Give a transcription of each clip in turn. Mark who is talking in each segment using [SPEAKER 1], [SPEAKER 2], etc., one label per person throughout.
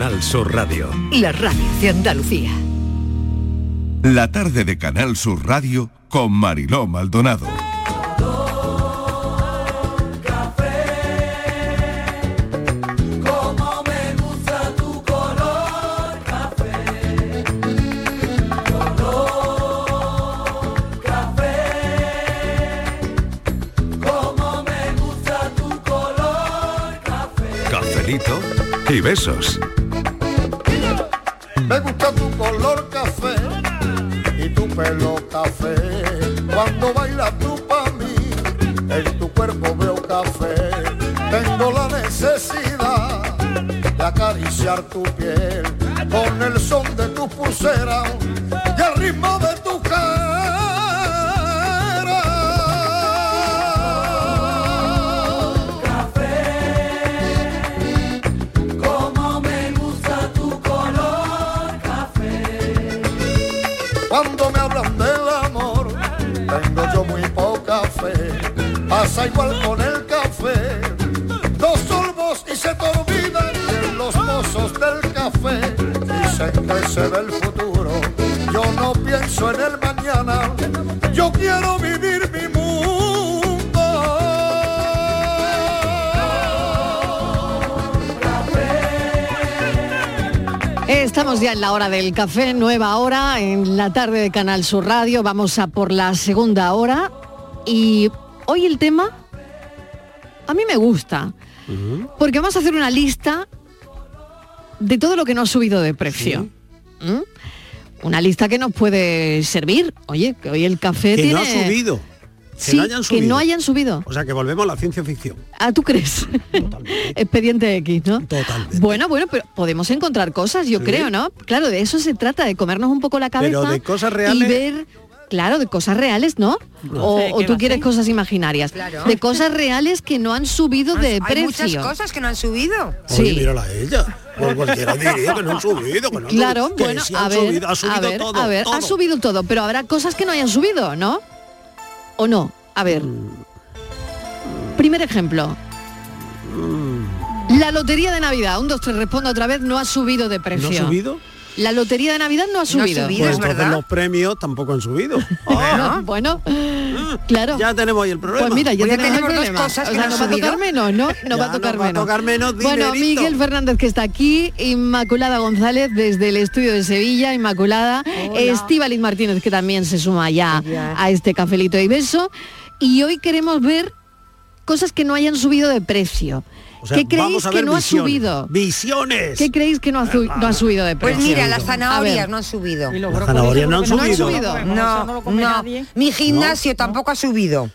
[SPEAKER 1] Canal Sur Radio.
[SPEAKER 2] La radio de Andalucía.
[SPEAKER 3] La tarde de Canal Sur Radio con Mariló Maldonado.
[SPEAKER 4] Como me gusta tu color café, color café. Como me gusta tu color café.
[SPEAKER 1] Cafelito y besos.
[SPEAKER 5] Me gusta tu color café y tu pelo café. Cuando bailas tú para mí, en tu cuerpo veo café. Tengo la necesidad de acariciar tu piel con el son de tu pulsera y el ritmo de tu
[SPEAKER 4] Como me gusta tu color café.
[SPEAKER 5] Cuando me hablan del amor, tengo yo muy poca fe. Pasa igual con el café. Dos sorbos y se te olvidan que en los pozos del café. Dicen que se ve el futuro. Yo no pienso en el mañana. Yo quiero vivir mi mundo.
[SPEAKER 2] Estamos ya en la hora del café, nueva hora, en la tarde de Canal Sur Radio. Vamos a por la segunda hora. Y hoy el tema a mí me gusta, porque vamos a hacer una lista de todo lo que no ha subido de precio. ¿Mm? Una lista que nos puede servir. Oye, que hoy el café
[SPEAKER 6] Que
[SPEAKER 2] tiene...
[SPEAKER 6] no ha subido.
[SPEAKER 2] Sí, que no hayan subido.
[SPEAKER 6] O sea, que volvemos a la ciencia ficción.
[SPEAKER 2] Ah, ¿tú crees? Expediente X, ¿no? Totalmente. Bueno, bueno, pero podemos encontrar cosas, yo
[SPEAKER 6] Sí.
[SPEAKER 2] creo, ¿no? Claro, de eso se trata, de comernos un poco la cabeza.
[SPEAKER 6] Pero de cosas
[SPEAKER 2] Y
[SPEAKER 6] reales-
[SPEAKER 2] ver, claro, de cosas reales, ¿no?
[SPEAKER 6] No.
[SPEAKER 2] O,
[SPEAKER 6] Sí, ¿qué
[SPEAKER 2] o
[SPEAKER 6] va
[SPEAKER 2] tú
[SPEAKER 6] a
[SPEAKER 2] quieres cosas imaginarias.
[SPEAKER 7] Claro.
[SPEAKER 2] De cosas reales que no han subido de
[SPEAKER 7] Hay
[SPEAKER 2] precio.
[SPEAKER 7] muchas cosas que no han subido.
[SPEAKER 6] Oye, mírala a ella. Pues cualquiera diría que no han subido, que no han
[SPEAKER 2] Claro,
[SPEAKER 6] subido. Que
[SPEAKER 2] bueno,
[SPEAKER 6] sí han
[SPEAKER 2] a ver,
[SPEAKER 6] subido, ha subido
[SPEAKER 2] a ver,
[SPEAKER 6] todo,
[SPEAKER 2] a ver, ah, ha
[SPEAKER 6] todo.
[SPEAKER 2] subido todo, pero habrá cosas que no hayan subido, ¿no? ¿O no? A ver.
[SPEAKER 6] Mm.
[SPEAKER 2] Primer ejemplo. La lotería de Navidad, un, dos, tres, respondo otra vez, no ha subido de
[SPEAKER 6] ¿No
[SPEAKER 2] precio.
[SPEAKER 6] ha subido?
[SPEAKER 2] La lotería de Navidad no ha subido.
[SPEAKER 6] Pues entonces los premios tampoco han subido.
[SPEAKER 2] Ah, bueno, claro.
[SPEAKER 6] Ya tenemos ahí el problema.
[SPEAKER 2] Pues mira, ya tenemos, el problema. o sea, nos va a tocar menos, ¿no? Nos va a
[SPEAKER 6] Ya
[SPEAKER 2] tocar
[SPEAKER 6] nos va a
[SPEAKER 2] menos.
[SPEAKER 6] tocar menos
[SPEAKER 2] bueno,
[SPEAKER 6] dinerito.
[SPEAKER 2] Miguel Fernández que está aquí, Inmaculada González desde el estudio de Sevilla, Inmaculada, Estíbaliz Martínez que también se suma ya a este cafelito y beso. Y hoy queremos ver cosas que no hayan subido de precio.
[SPEAKER 6] O sea,
[SPEAKER 2] ¿Qué creéis
[SPEAKER 6] vamos a
[SPEAKER 2] que
[SPEAKER 6] ver
[SPEAKER 2] no ha
[SPEAKER 6] visiones.
[SPEAKER 2] subido?
[SPEAKER 6] Visiones.
[SPEAKER 2] ¿Qué creéis que no ha, su- no ha subido de
[SPEAKER 7] Pues
[SPEAKER 2] precio?
[SPEAKER 7] mira,
[SPEAKER 2] A
[SPEAKER 7] las
[SPEAKER 2] ver.
[SPEAKER 7] zanahorias no han subido.
[SPEAKER 6] Las zanahorias no han
[SPEAKER 2] No han
[SPEAKER 6] subido.
[SPEAKER 2] subido.
[SPEAKER 7] No, no. Mi gimnasio tampoco ha subido.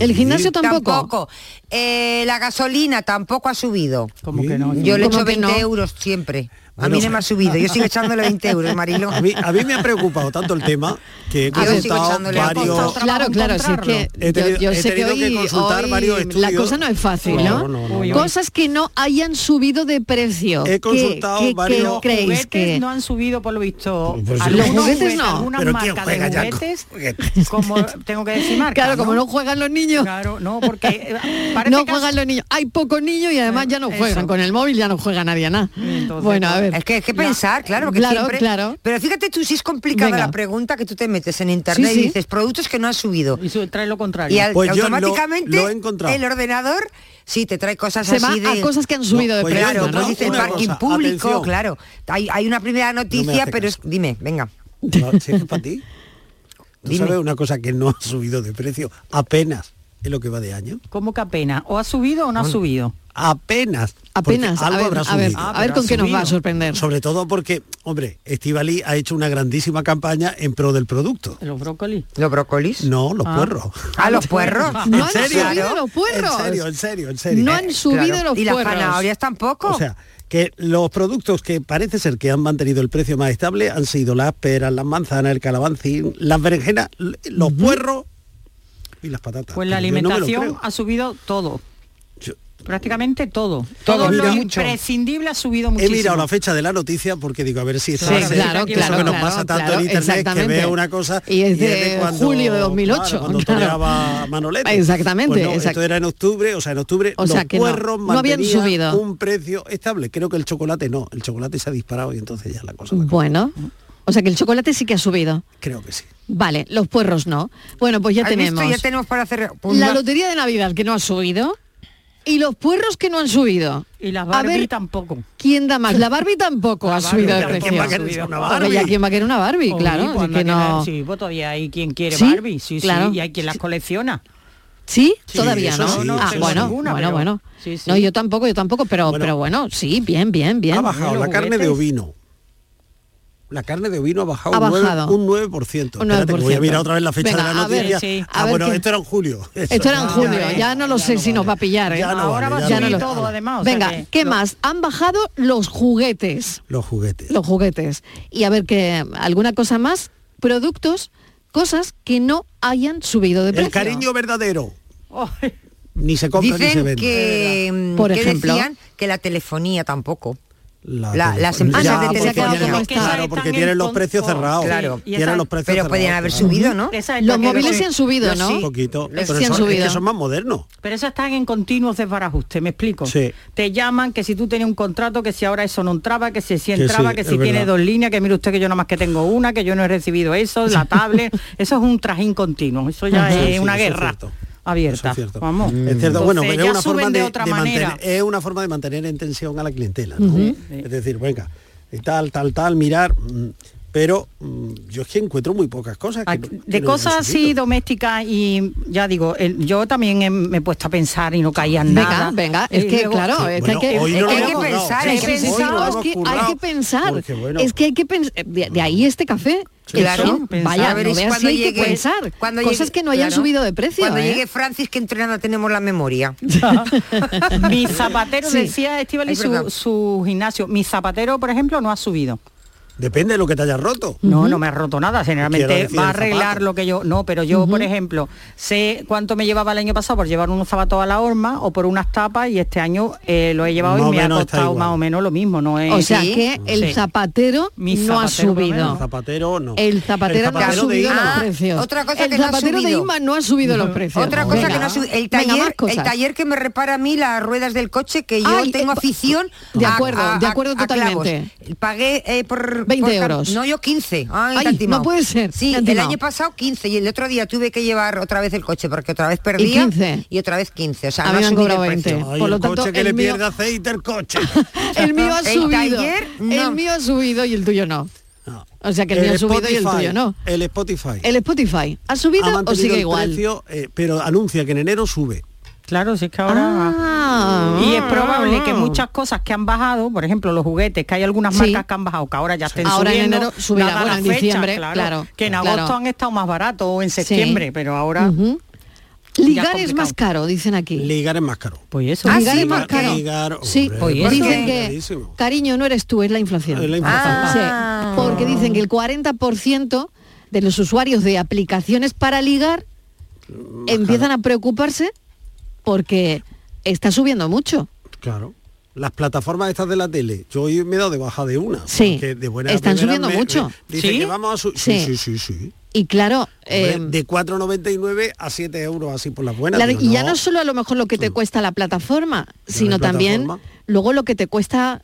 [SPEAKER 2] El gimnasio tampoco.
[SPEAKER 7] Tampoco. Eh, la gasolina tampoco ha subido.
[SPEAKER 8] que no?
[SPEAKER 7] Yo le
[SPEAKER 2] ¿Cómo
[SPEAKER 7] echo
[SPEAKER 2] que
[SPEAKER 7] 20
[SPEAKER 2] no?
[SPEAKER 7] euros siempre. a
[SPEAKER 6] Bueno.
[SPEAKER 7] mí no me ha subido. Yo sigo echándole 20 euros, Mariló.
[SPEAKER 6] A mí, a mí me ha preocupado tanto el tema que he
[SPEAKER 7] Yo sigo
[SPEAKER 6] consultado
[SPEAKER 7] echándole a
[SPEAKER 6] varios...
[SPEAKER 7] cosas.
[SPEAKER 2] Claro, claro, sí, es que
[SPEAKER 6] He tenido-
[SPEAKER 2] yo, yo
[SPEAKER 6] he
[SPEAKER 2] sé que
[SPEAKER 6] tenido
[SPEAKER 2] hoy,
[SPEAKER 6] que consultar
[SPEAKER 2] hoy
[SPEAKER 6] varios
[SPEAKER 2] la
[SPEAKER 6] estudios.
[SPEAKER 2] cosa no es fácil, ¿no?
[SPEAKER 6] No, no, no, no.
[SPEAKER 2] Cosas que no hayan subido de precio.
[SPEAKER 6] He
[SPEAKER 2] ¿Qué-
[SPEAKER 6] consultado
[SPEAKER 2] qué- qué
[SPEAKER 6] varios-
[SPEAKER 2] creéis
[SPEAKER 8] juguetes
[SPEAKER 2] que
[SPEAKER 8] no han subido por lo visto.
[SPEAKER 6] Pues sí.
[SPEAKER 8] Algunos
[SPEAKER 2] Los juguetes no.
[SPEAKER 8] Algunas
[SPEAKER 6] Pero ¿quién
[SPEAKER 8] marcas de
[SPEAKER 6] juega ya con
[SPEAKER 8] juguetes,
[SPEAKER 6] juguetes?
[SPEAKER 8] como tengo que decir marcas,
[SPEAKER 2] Claro, como no juegan los niños,
[SPEAKER 8] Claro, no, porque eh, parece
[SPEAKER 2] no
[SPEAKER 8] que
[SPEAKER 2] juegan los niños. Hay pocos niños y además ya no
[SPEAKER 8] Eso.
[SPEAKER 2] juegan. Con el móvil ya no juega nadie a nada.
[SPEAKER 8] Entonces,
[SPEAKER 2] bueno, a ver.
[SPEAKER 7] Es que hay que pensar, claro, porque
[SPEAKER 2] Claro,
[SPEAKER 7] siempre.
[SPEAKER 2] claro.
[SPEAKER 7] Pero fíjate tú si es complicada
[SPEAKER 2] Venga.
[SPEAKER 7] la pregunta que tú te metes en internet
[SPEAKER 2] Sí, sí.
[SPEAKER 7] y dices productos que no han subido.
[SPEAKER 8] y su, trae lo contrario.
[SPEAKER 7] Y al-
[SPEAKER 6] Pues yo lo-
[SPEAKER 7] automáticamente
[SPEAKER 6] lo he encontrado.
[SPEAKER 7] el ordenador sí te trae cosas
[SPEAKER 2] Se va
[SPEAKER 7] así de
[SPEAKER 2] a cosas que han subido de
[SPEAKER 6] pues yo he
[SPEAKER 2] precio. ¿no?
[SPEAKER 7] Claro,
[SPEAKER 6] encontrado
[SPEAKER 7] pues dice el
[SPEAKER 6] una
[SPEAKER 7] parking
[SPEAKER 6] cosa,
[SPEAKER 7] público,
[SPEAKER 6] atención.
[SPEAKER 7] claro. Hay, hay una primera noticia,
[SPEAKER 6] hace
[SPEAKER 7] pero es- dime, venga.
[SPEAKER 6] No, sí, es para ti. ¿Tú
[SPEAKER 7] Dime.
[SPEAKER 6] sabes una cosa que no ha subido de precio? Apenas en lo que va de año.
[SPEAKER 8] ¿Cómo que apenas? ¿O ha subido o no ha subido?
[SPEAKER 6] Apenas. porque
[SPEAKER 2] Apenas. A
[SPEAKER 6] algo
[SPEAKER 2] ver,
[SPEAKER 6] habrá
[SPEAKER 2] a ver,
[SPEAKER 6] subido.
[SPEAKER 2] a
[SPEAKER 8] Ah,
[SPEAKER 2] ver
[SPEAKER 8] pero
[SPEAKER 2] con
[SPEAKER 8] ha
[SPEAKER 2] qué nos va a
[SPEAKER 8] subido.
[SPEAKER 2] sorprender.
[SPEAKER 6] Sobre todo porque, hombre, Estivali ha hecho una grandísima campaña en pro del producto.
[SPEAKER 8] Los brócolis.
[SPEAKER 7] ¿Los brócolis?
[SPEAKER 6] No, los
[SPEAKER 8] Ah.
[SPEAKER 6] puerros.
[SPEAKER 7] ¿A los puerros?
[SPEAKER 2] No han
[SPEAKER 6] ¿En serio?
[SPEAKER 2] subido los puerros.
[SPEAKER 6] En serio, en serio, en serio.
[SPEAKER 2] No han subido
[SPEAKER 7] Claro.
[SPEAKER 2] los
[SPEAKER 7] ¿Y las
[SPEAKER 2] puerros.
[SPEAKER 7] zanahorias tampoco?
[SPEAKER 6] O sea, que los productos que parece ser que han mantenido el precio más estable han sido las peras, las manzanas, el calabacín, las berenjenas, l- los puerros y las patatas.
[SPEAKER 8] Pues la
[SPEAKER 6] Pero yo no me lo
[SPEAKER 8] alimentación
[SPEAKER 6] creo.
[SPEAKER 8] ha subido todo.
[SPEAKER 6] Yo-
[SPEAKER 8] Prácticamente todo.
[SPEAKER 6] Todo,
[SPEAKER 8] Todo,
[SPEAKER 6] mira,
[SPEAKER 8] lo
[SPEAKER 6] mucho.
[SPEAKER 8] imprescindible ha subido
[SPEAKER 6] He
[SPEAKER 8] muchísimo.
[SPEAKER 6] mirado la fecha de la noticia porque digo, a ver si esto
[SPEAKER 8] Sí,
[SPEAKER 6] va a ser
[SPEAKER 8] claro,
[SPEAKER 6] eso
[SPEAKER 8] claro,
[SPEAKER 6] que nos
[SPEAKER 8] claro,
[SPEAKER 6] pasa tanto
[SPEAKER 2] claro,
[SPEAKER 6] en internet, que
[SPEAKER 2] exactamente.
[SPEAKER 6] veo una cosa
[SPEAKER 2] Y es de Eh, julio de 2008,
[SPEAKER 6] claro, cuando
[SPEAKER 2] claro.
[SPEAKER 6] toreaba Manolete.
[SPEAKER 2] Exactamente,
[SPEAKER 6] Pues no, esto
[SPEAKER 2] exacto.
[SPEAKER 6] era en octubre, o sea, en octubre
[SPEAKER 2] O
[SPEAKER 6] los
[SPEAKER 2] sea que no,
[SPEAKER 6] puerros
[SPEAKER 2] no habían
[SPEAKER 6] mantenían
[SPEAKER 2] subido.
[SPEAKER 6] un precio estable. Creo que el chocolate no, el chocolate se ha disparado y entonces ya la cosa,
[SPEAKER 2] Bueno, o sea que el chocolate sí que ha subido.
[SPEAKER 6] creo que sí.
[SPEAKER 2] Vale, los puerros no. Bueno, pues ya
[SPEAKER 7] ¿Has visto?
[SPEAKER 2] tenemos
[SPEAKER 7] Ya tenemos para hacer... pues
[SPEAKER 2] la
[SPEAKER 7] no-
[SPEAKER 2] lotería de Navidad que no ha subido y los puerros que no han subido.
[SPEAKER 8] Y las
[SPEAKER 2] A
[SPEAKER 8] Barbie
[SPEAKER 2] ver,
[SPEAKER 8] tampoco.
[SPEAKER 2] ¿Quién da más? La Barbie tampoco ha
[SPEAKER 8] Barbie
[SPEAKER 2] subido de
[SPEAKER 8] tampoco
[SPEAKER 2] precio.
[SPEAKER 8] ha subido.
[SPEAKER 6] una
[SPEAKER 2] Hombre,
[SPEAKER 6] Barbie?
[SPEAKER 2] ya quién va a querer una Barbie,
[SPEAKER 8] Oye,
[SPEAKER 2] claro.
[SPEAKER 8] pues
[SPEAKER 2] así
[SPEAKER 8] anda
[SPEAKER 2] que no...
[SPEAKER 8] Sí, pues todavía hay quien quiere
[SPEAKER 2] ¿Sí?
[SPEAKER 8] Barbie, sí,
[SPEAKER 2] Claro.
[SPEAKER 8] sí, y hay quien las colecciona.
[SPEAKER 2] ¿Sí?
[SPEAKER 6] Sí,
[SPEAKER 2] Todavía
[SPEAKER 6] eso
[SPEAKER 2] no.
[SPEAKER 6] sí,
[SPEAKER 2] ah,
[SPEAKER 6] eso
[SPEAKER 2] bueno,
[SPEAKER 6] sí.
[SPEAKER 8] Ninguna,
[SPEAKER 2] bueno,
[SPEAKER 8] pero-
[SPEAKER 2] bueno.
[SPEAKER 8] Sí, sí.
[SPEAKER 2] No, yo tampoco, yo tampoco, pero
[SPEAKER 6] Bueno.
[SPEAKER 2] pero bueno, sí, bien, bien, bien.
[SPEAKER 6] Ha bajado
[SPEAKER 8] Los
[SPEAKER 6] la carne de
[SPEAKER 8] juguetes.
[SPEAKER 6] ovino. La carne de ovino ha bajado,
[SPEAKER 2] Ha
[SPEAKER 6] un nueve-
[SPEAKER 2] bajado.
[SPEAKER 6] un 9%.
[SPEAKER 2] Un
[SPEAKER 6] Espérate, que voy a
[SPEAKER 2] 9%.
[SPEAKER 6] mirar otra vez la fecha
[SPEAKER 2] Venga,
[SPEAKER 6] de la
[SPEAKER 2] a ver,
[SPEAKER 6] noticia.
[SPEAKER 8] sí.
[SPEAKER 2] a
[SPEAKER 6] Ah,
[SPEAKER 2] ver
[SPEAKER 6] bueno,
[SPEAKER 2] qué-
[SPEAKER 6] esto era en julio. Eso.
[SPEAKER 2] Esto era en
[SPEAKER 6] Ah,
[SPEAKER 2] julio,
[SPEAKER 6] vale.
[SPEAKER 2] ya no lo sé si nos va a pillar, ¿eh?
[SPEAKER 6] Ya no
[SPEAKER 8] Ahora
[SPEAKER 6] vale,
[SPEAKER 8] va a
[SPEAKER 6] ya
[SPEAKER 8] subir
[SPEAKER 6] no lo-
[SPEAKER 8] todo, además. o sea
[SPEAKER 2] Venga,
[SPEAKER 8] que-
[SPEAKER 2] ¿qué más? Han bajado los juguetes.
[SPEAKER 6] Los juguetes.
[SPEAKER 2] Los juguetes. Y a ver que alguna cosa más, productos, cosas que no hayan subido de precio.
[SPEAKER 6] El cariño verdadero.
[SPEAKER 8] Ay,
[SPEAKER 6] Ni se compra ni se
[SPEAKER 7] Dicen
[SPEAKER 6] vende.
[SPEAKER 7] que, mm,
[SPEAKER 2] Por
[SPEAKER 7] que
[SPEAKER 2] ejemplo.
[SPEAKER 7] decían que la telefonía tampoco.
[SPEAKER 6] La
[SPEAKER 7] La-
[SPEAKER 6] tele-
[SPEAKER 7] las empresas
[SPEAKER 6] Ya,
[SPEAKER 7] de
[SPEAKER 6] porque
[SPEAKER 7] telefonía.
[SPEAKER 6] tienen los-
[SPEAKER 2] Ah, Porque esas
[SPEAKER 6] Claro,
[SPEAKER 8] están
[SPEAKER 6] porque
[SPEAKER 8] en
[SPEAKER 6] tienen los
[SPEAKER 8] con-
[SPEAKER 6] precios
[SPEAKER 8] con-
[SPEAKER 6] cerrados.
[SPEAKER 7] Claro.
[SPEAKER 8] Y
[SPEAKER 6] Tienen
[SPEAKER 8] esas-
[SPEAKER 6] los precios
[SPEAKER 7] Pero
[SPEAKER 6] cerrados,
[SPEAKER 7] podían haber
[SPEAKER 6] claro.
[SPEAKER 7] subido, ¿no?
[SPEAKER 8] esa es la
[SPEAKER 2] Los
[SPEAKER 8] que
[SPEAKER 2] móviles
[SPEAKER 8] lo-
[SPEAKER 2] se han subido,
[SPEAKER 8] Yo
[SPEAKER 2] ¿no?
[SPEAKER 6] Un poquito.
[SPEAKER 2] Les-
[SPEAKER 6] Pero
[SPEAKER 2] sí
[SPEAKER 6] son,
[SPEAKER 2] han
[SPEAKER 6] es
[SPEAKER 2] subido.
[SPEAKER 6] que son más modernos.
[SPEAKER 8] Pero eso están en continuos desbarajuste, ¿me explico?
[SPEAKER 6] Sí.
[SPEAKER 8] Te llaman que si tú tenías un contrato, que si ahora eso no entraba, que si, si entraba,
[SPEAKER 6] sí,
[SPEAKER 8] que
[SPEAKER 6] es
[SPEAKER 8] si tiene
[SPEAKER 6] verdad.
[SPEAKER 8] dos líneas, que mire usted que yo nomás que tengo una, que yo no he recibido eso, la tablet, eso es un trajín continuo, eso ya
[SPEAKER 6] Sí,
[SPEAKER 8] es
[SPEAKER 6] sí,
[SPEAKER 8] una
[SPEAKER 6] eso es
[SPEAKER 8] guerra
[SPEAKER 6] cierto. Eso
[SPEAKER 8] abierta.
[SPEAKER 6] es cierto.
[SPEAKER 8] Vamos.
[SPEAKER 6] Es cierto.
[SPEAKER 2] Pues
[SPEAKER 6] Bueno,
[SPEAKER 8] Entonces,
[SPEAKER 6] pero es
[SPEAKER 8] ya
[SPEAKER 6] una,
[SPEAKER 8] suben
[SPEAKER 6] forma de,
[SPEAKER 8] de otra
[SPEAKER 6] de
[SPEAKER 8] manera.
[SPEAKER 6] mantener, es una forma de mantener en tensión a la clientela. ¿no? Es decir, venga, y tal, tal, tal, mirar. mm, Pero mm, yo es que encuentro muy pocas cosas. que
[SPEAKER 8] Ah,
[SPEAKER 6] no- que
[SPEAKER 8] de
[SPEAKER 6] no
[SPEAKER 8] cosas
[SPEAKER 6] hayan
[SPEAKER 8] así
[SPEAKER 6] subido.
[SPEAKER 8] domésticas y ya digo, el- yo también he- me he puesto a pensar y no caía en
[SPEAKER 2] Venga,
[SPEAKER 8] nada.
[SPEAKER 2] venga, es
[SPEAKER 8] Y
[SPEAKER 2] que
[SPEAKER 8] luego-
[SPEAKER 2] claro, es
[SPEAKER 6] Bueno,
[SPEAKER 2] que hay que,
[SPEAKER 6] hoy
[SPEAKER 2] es
[SPEAKER 6] no lo
[SPEAKER 2] que-
[SPEAKER 7] hemos
[SPEAKER 2] hay que
[SPEAKER 7] currado.
[SPEAKER 2] pensar,
[SPEAKER 7] Sí,
[SPEAKER 2] hay que
[SPEAKER 7] sí, sí, sí,
[SPEAKER 2] pensar,
[SPEAKER 7] lo
[SPEAKER 2] es
[SPEAKER 6] hemos
[SPEAKER 2] que hay
[SPEAKER 6] currado,
[SPEAKER 2] que pensar,
[SPEAKER 6] porque, bueno.
[SPEAKER 2] es que hay que pensar, de, de ahí este café, que
[SPEAKER 8] Claro,
[SPEAKER 2] aquí,
[SPEAKER 8] pensar,
[SPEAKER 2] vaya, no
[SPEAKER 7] veréis
[SPEAKER 2] veas si hay que pensar,
[SPEAKER 7] cuando
[SPEAKER 2] cosas
[SPEAKER 7] llegue-
[SPEAKER 2] que no hayan
[SPEAKER 7] claro.
[SPEAKER 2] subido de precio,
[SPEAKER 7] Cuando
[SPEAKER 2] ¿eh?
[SPEAKER 7] llegue Francis, que entrenada tenemos la memoria.
[SPEAKER 8] Ah. mi zapatero,
[SPEAKER 2] Sí.
[SPEAKER 8] decía Estivali,
[SPEAKER 7] Ay, perdón.
[SPEAKER 8] su, su gimnasio, mi zapatero, por ejemplo, no ha subido.
[SPEAKER 6] Depende de lo que te hayas roto.
[SPEAKER 8] No, no me ha roto nada.
[SPEAKER 6] Quiero
[SPEAKER 8] Generalmente
[SPEAKER 6] decir,
[SPEAKER 8] va a
[SPEAKER 6] el zapato.
[SPEAKER 8] arreglar lo que yo. No, pero yo, por ejemplo, sé cuánto me llevaba el año pasado por llevar unos zapatos a la horma o por unas tapas y este año eh, lo he llevado
[SPEAKER 6] Más o
[SPEAKER 8] y me ha
[SPEAKER 6] menos está
[SPEAKER 8] costado
[SPEAKER 6] igual.
[SPEAKER 8] más o menos lo mismo. No es,
[SPEAKER 2] o sea
[SPEAKER 8] Sí.
[SPEAKER 2] que el
[SPEAKER 8] Sí.
[SPEAKER 2] zapatero
[SPEAKER 8] Mi
[SPEAKER 2] no ha
[SPEAKER 8] zapatero, por lo
[SPEAKER 6] El
[SPEAKER 2] subido.
[SPEAKER 8] menos.
[SPEAKER 6] zapatero no.
[SPEAKER 2] El zapatero, no ha
[SPEAKER 6] zapatero de
[SPEAKER 2] subido
[SPEAKER 6] Ima.
[SPEAKER 2] los
[SPEAKER 7] Ah,
[SPEAKER 2] precios.
[SPEAKER 7] otra cosa
[SPEAKER 2] el
[SPEAKER 7] que no ha
[SPEAKER 2] zapatero de
[SPEAKER 7] subido.
[SPEAKER 2] Inma no ha subido los precios.
[SPEAKER 7] Otra cosa
[SPEAKER 2] Venga.
[SPEAKER 7] que no ha subido- el
[SPEAKER 2] Venga, más
[SPEAKER 7] taller, el
[SPEAKER 2] cosas.
[SPEAKER 7] taller que me repara a mí las ruedas del coche, que yo
[SPEAKER 2] Ay,
[SPEAKER 7] tengo
[SPEAKER 2] eh,
[SPEAKER 7] afición.
[SPEAKER 2] de
[SPEAKER 7] a-
[SPEAKER 2] acuerdo,
[SPEAKER 7] a-
[SPEAKER 2] de
[SPEAKER 7] a-
[SPEAKER 2] acuerdo
[SPEAKER 7] a clavos.
[SPEAKER 2] totalmente.
[SPEAKER 7] Pagué eh, por
[SPEAKER 2] 20
[SPEAKER 7] por cam-
[SPEAKER 2] euros.
[SPEAKER 7] No, yo 15. Ay,
[SPEAKER 2] Ay,
[SPEAKER 7] te han timado.
[SPEAKER 2] no puede ser,
[SPEAKER 7] Sí,
[SPEAKER 2] te han
[SPEAKER 7] el
[SPEAKER 2] timado.
[SPEAKER 7] año pasado 15 y el otro día tuve que llevar otra vez el coche porque otra vez perdía
[SPEAKER 2] 15?
[SPEAKER 7] y otra vez 15. O sea,
[SPEAKER 2] A
[SPEAKER 7] no
[SPEAKER 2] mí
[SPEAKER 7] ha
[SPEAKER 2] me han
[SPEAKER 7] subido
[SPEAKER 2] cobrado
[SPEAKER 7] el precio.
[SPEAKER 2] 20.
[SPEAKER 6] Ay,
[SPEAKER 2] Por lo
[SPEAKER 6] el
[SPEAKER 2] tanto,
[SPEAKER 6] coche que
[SPEAKER 2] el
[SPEAKER 6] le
[SPEAKER 2] mío-
[SPEAKER 6] pierde aceite el coche.
[SPEAKER 2] El mío ha
[SPEAKER 7] El
[SPEAKER 2] subido.
[SPEAKER 7] taller, no.
[SPEAKER 2] El mío ha subido y el tuyo no.
[SPEAKER 6] No.
[SPEAKER 2] O sea que el mío ha subido y el tuyo no.
[SPEAKER 6] El Spotify.
[SPEAKER 2] ¿El Spotify ha subido
[SPEAKER 6] ha
[SPEAKER 2] o
[SPEAKER 6] mantenido
[SPEAKER 2] sigue
[SPEAKER 6] el
[SPEAKER 2] igual?
[SPEAKER 6] precio, eh, pero anuncia que en enero sube.
[SPEAKER 8] Claro, sí es que ahora.
[SPEAKER 2] Ah.
[SPEAKER 8] y es probable que muchas cosas que han bajado, por ejemplo, los juguetes, que hay algunas
[SPEAKER 2] Sí.
[SPEAKER 8] marcas que han bajado, que ahora ya estén
[SPEAKER 2] Ahora en
[SPEAKER 8] subiendo.
[SPEAKER 2] enero subirá,
[SPEAKER 8] dada
[SPEAKER 2] bueno,
[SPEAKER 8] la
[SPEAKER 2] en
[SPEAKER 8] fecha,
[SPEAKER 2] diciembre, claro,
[SPEAKER 8] Que en
[SPEAKER 2] claro.
[SPEAKER 8] agosto han estado más baratos o en septiembre, pero ahora.
[SPEAKER 2] Ujú.
[SPEAKER 8] Ya es
[SPEAKER 2] Ligar es
[SPEAKER 8] complicado.
[SPEAKER 2] más caro, dicen aquí.
[SPEAKER 6] Ligar es más caro.
[SPEAKER 8] Pues eso.
[SPEAKER 2] Ligar
[SPEAKER 7] sí,
[SPEAKER 2] es más
[SPEAKER 7] porque-
[SPEAKER 2] caro.
[SPEAKER 6] Ligar,
[SPEAKER 2] sí,
[SPEAKER 6] hombre,
[SPEAKER 7] Pues
[SPEAKER 6] es
[SPEAKER 7] eso.
[SPEAKER 2] dicen que,
[SPEAKER 6] carísimo.
[SPEAKER 2] cariño, no eres tú, es la inflación.
[SPEAKER 6] Es la inflación.
[SPEAKER 7] Ah.
[SPEAKER 2] Sí, porque dicen que el 40% de los usuarios de aplicaciones para ligar empiezan a preocuparse porque está subiendo mucho.
[SPEAKER 6] Claro. Las plataformas estas de la tele, yo hoy me he dado de baja de una.
[SPEAKER 2] Sí.
[SPEAKER 6] porque de buena
[SPEAKER 2] Están
[SPEAKER 6] primera
[SPEAKER 2] subiendo
[SPEAKER 6] me-
[SPEAKER 2] mucho.
[SPEAKER 6] me- Dice
[SPEAKER 8] ¿Sí?
[SPEAKER 6] que vamos a su-
[SPEAKER 2] Sí.
[SPEAKER 6] Sí, sí, sí, sí.
[SPEAKER 2] Y claro, eh,
[SPEAKER 6] Hombre, de 4,99 a 7 euros así por las buenas.
[SPEAKER 2] la de-
[SPEAKER 6] digo, Mm.
[SPEAKER 2] y ya no solo a lo mejor lo que te cuesta la plataforma, sino también
[SPEAKER 6] plataforma.
[SPEAKER 2] luego lo que te cuesta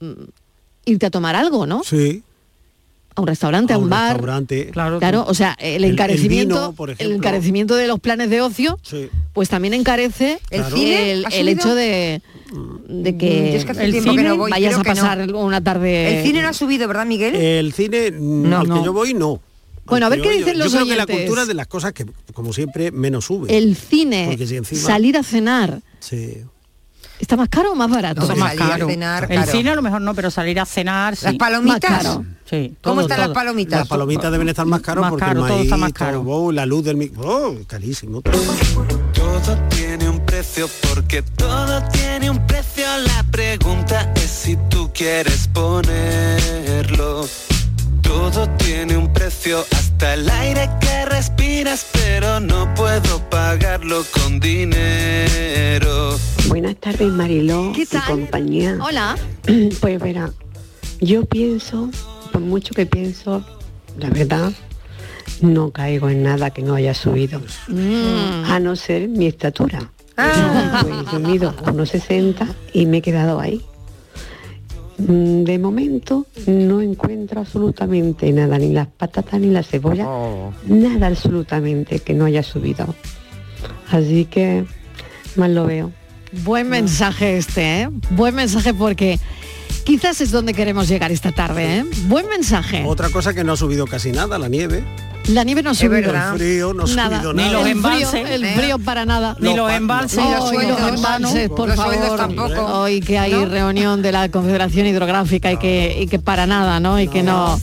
[SPEAKER 2] mm, irte a tomar algo, ¿no?
[SPEAKER 6] Sí,
[SPEAKER 2] A un restaurante, a un, bar.
[SPEAKER 6] restaurante.
[SPEAKER 8] Claro.
[SPEAKER 2] Claro, o sea, el
[SPEAKER 6] El- el
[SPEAKER 2] encarecimiento, el,
[SPEAKER 6] vino, por ejemplo.
[SPEAKER 2] encarecimiento de los planes de ocio,
[SPEAKER 6] Sí.
[SPEAKER 2] pues también encarece
[SPEAKER 7] ¿El
[SPEAKER 2] el,
[SPEAKER 7] cine?
[SPEAKER 2] el
[SPEAKER 7] ¿Ha subido?
[SPEAKER 2] hecho de, de
[SPEAKER 7] Mm, yo
[SPEAKER 2] que
[SPEAKER 7] es que hace
[SPEAKER 8] el
[SPEAKER 7] tiempo que
[SPEAKER 8] cine,
[SPEAKER 7] no voy,
[SPEAKER 2] vayas
[SPEAKER 7] creo
[SPEAKER 2] a
[SPEAKER 7] que no.
[SPEAKER 2] pasar una tarde.
[SPEAKER 6] Eh,
[SPEAKER 7] El cine no ha subido, ¿verdad, Miguel?
[SPEAKER 6] El cine, no,
[SPEAKER 7] No.
[SPEAKER 6] al que
[SPEAKER 7] No.
[SPEAKER 6] yo voy, no.
[SPEAKER 2] Bueno, a
[SPEAKER 6] Al
[SPEAKER 2] ver
[SPEAKER 6] que yo
[SPEAKER 2] qué
[SPEAKER 6] voy,
[SPEAKER 2] dicen
[SPEAKER 6] yo-
[SPEAKER 2] los
[SPEAKER 6] Yo creo que la
[SPEAKER 2] oyentes.
[SPEAKER 6] cultura es de las cosas que, como siempre, menos sube.
[SPEAKER 2] El cine,
[SPEAKER 6] Porque si encima-
[SPEAKER 2] salir a cenar,
[SPEAKER 6] Sí.
[SPEAKER 2] ¿está más caro o más barato?
[SPEAKER 8] Eso
[SPEAKER 7] Hombre,
[SPEAKER 8] más
[SPEAKER 7] salir a
[SPEAKER 8] caro.
[SPEAKER 7] cenar,
[SPEAKER 8] el
[SPEAKER 7] claro.
[SPEAKER 8] cine a lo mejor no, pero salir a cenar sí.
[SPEAKER 7] Las
[SPEAKER 2] Más
[SPEAKER 7] palomitas.
[SPEAKER 2] caro.
[SPEAKER 8] Sí,
[SPEAKER 7] ¿Cómo
[SPEAKER 8] todo,
[SPEAKER 7] están las
[SPEAKER 8] todo.
[SPEAKER 7] palomitas?
[SPEAKER 6] Las palomitas deben estar más caras
[SPEAKER 8] Más
[SPEAKER 6] porque
[SPEAKER 8] caro,
[SPEAKER 6] el
[SPEAKER 8] todo
[SPEAKER 6] maíz,
[SPEAKER 8] está más caro.
[SPEAKER 6] todo, wow, la luz del micro, wow, carísimo.
[SPEAKER 9] Todo tiene un precio porque todo tiene un precio. La pregunta es si tú quieres ponerlo. Todo tiene un precio hasta el aire que respiras, pero no puedo pagarlo con dinero.
[SPEAKER 10] Buenas tardes, Mariló
[SPEAKER 2] ¿Qué
[SPEAKER 10] y
[SPEAKER 2] tal?
[SPEAKER 10] compañía.
[SPEAKER 2] Hola.
[SPEAKER 10] Pues verá, yo pienso, por mucho que pienso, la verdad, no caigo en nada que no haya subido.
[SPEAKER 2] Mm.
[SPEAKER 10] A no ser mi estatura.
[SPEAKER 2] Ah.
[SPEAKER 10] Pues yo mido 1,60 y me he quedado ahí. Mm, De momento no encuentro absolutamente nada, ni las patatas ni la cebolla,
[SPEAKER 2] Oh.
[SPEAKER 10] nada absolutamente que no haya subido. Así que mal lo veo. Ah.
[SPEAKER 2] Buen mensaje este, ¿eh? Buen mensaje porque quizás es donde queremos llegar esta tarde, ¿eh? Buen mensaje.
[SPEAKER 6] Otra cosa que no ha subido casi nada, la nieve.
[SPEAKER 2] La nieve no ha
[SPEAKER 6] Es
[SPEAKER 2] subido.
[SPEAKER 6] verdad. El frío no ha
[SPEAKER 2] nada.
[SPEAKER 6] subido Ni nada. los
[SPEAKER 2] El frío-
[SPEAKER 6] embalses,
[SPEAKER 2] El
[SPEAKER 6] ¿eh?
[SPEAKER 2] frío para nada.
[SPEAKER 6] Ni los embalses.
[SPEAKER 2] Ay,
[SPEAKER 6] Ni los sueldos,
[SPEAKER 2] los embalses,
[SPEAKER 6] ¿no?
[SPEAKER 2] por
[SPEAKER 6] Los sueldos
[SPEAKER 2] favor.
[SPEAKER 6] tampoco.
[SPEAKER 2] Hoy que hay reunión de la Confederación Hidrográfica y que, y que para nada, ¿no? Y que no...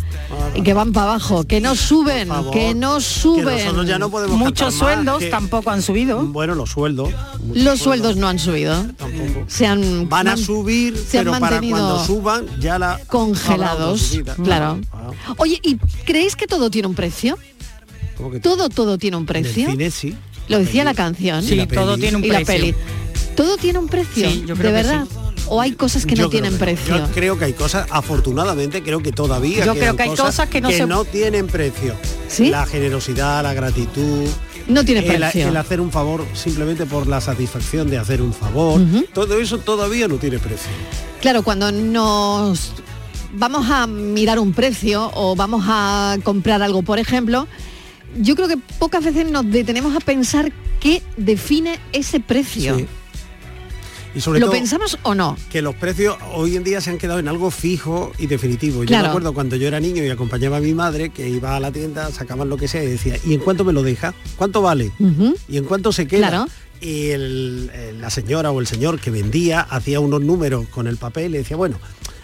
[SPEAKER 2] Y que van para abajo, que no suben, que no suben.
[SPEAKER 6] nosotros ya no podemos
[SPEAKER 2] Muchos sueldos
[SPEAKER 8] tampoco han subido.
[SPEAKER 6] Bueno, los sueldos.
[SPEAKER 2] Los sueldos no han subido. Se han
[SPEAKER 6] Van a
[SPEAKER 2] man-
[SPEAKER 6] subir,
[SPEAKER 2] se han
[SPEAKER 6] pero para
[SPEAKER 2] mantenido
[SPEAKER 6] cuando suban ya la
[SPEAKER 2] congelados,
[SPEAKER 6] subida.
[SPEAKER 2] claro.
[SPEAKER 6] Ah,
[SPEAKER 2] Oye, ¿y creéis que todo tiene un precio?
[SPEAKER 6] ¿Cómo que
[SPEAKER 2] Todo, todo tiene un precio.
[SPEAKER 6] Del cine sí.
[SPEAKER 2] Lo decía la canción.
[SPEAKER 6] Sí, Y la todo peli. tiene un
[SPEAKER 2] Y la
[SPEAKER 6] precio.
[SPEAKER 2] peli. Todo tiene un precio,
[SPEAKER 6] Sí, yo creo
[SPEAKER 2] de
[SPEAKER 6] que
[SPEAKER 2] verdad. O hay cosas que
[SPEAKER 6] Yo
[SPEAKER 2] no
[SPEAKER 6] creo
[SPEAKER 2] tienen precio.
[SPEAKER 6] Yo creo que hay cosas, afortunadamente creo que todavía.
[SPEAKER 2] Yo
[SPEAKER 6] quedan
[SPEAKER 2] creo que hay cosas que no se-
[SPEAKER 6] tienen precio. La generosidad, la gratitud.
[SPEAKER 2] No tiene
[SPEAKER 6] el-
[SPEAKER 2] precio.
[SPEAKER 6] El hacer un favor simplemente por la satisfacción de hacer un favor. Todo eso todavía no tiene precio.
[SPEAKER 2] Claro, cuando nos vamos a mirar un precio o vamos a comprar algo, por ejemplo, yo creo que pocas veces nos detenemos a pensar qué define ese precio.
[SPEAKER 6] Sí. Y sobre
[SPEAKER 2] ¿Lo
[SPEAKER 6] todo
[SPEAKER 2] pensamos o no?
[SPEAKER 6] que los precios hoy en día se han quedado en algo fijo y definitivo. Yo
[SPEAKER 2] Claro.
[SPEAKER 6] me acuerdo cuando yo era niño y acompañaba a mi madre que iba a la tienda, sacaban lo que sea y decía, ¿y en cuánto me lo deja? ¿Cuánto vale? ¿Y en cuánto se queda?
[SPEAKER 2] Claro.
[SPEAKER 6] Y el- eh, la señora o el señor que vendía hacía unos números con el papel y decía, bueno,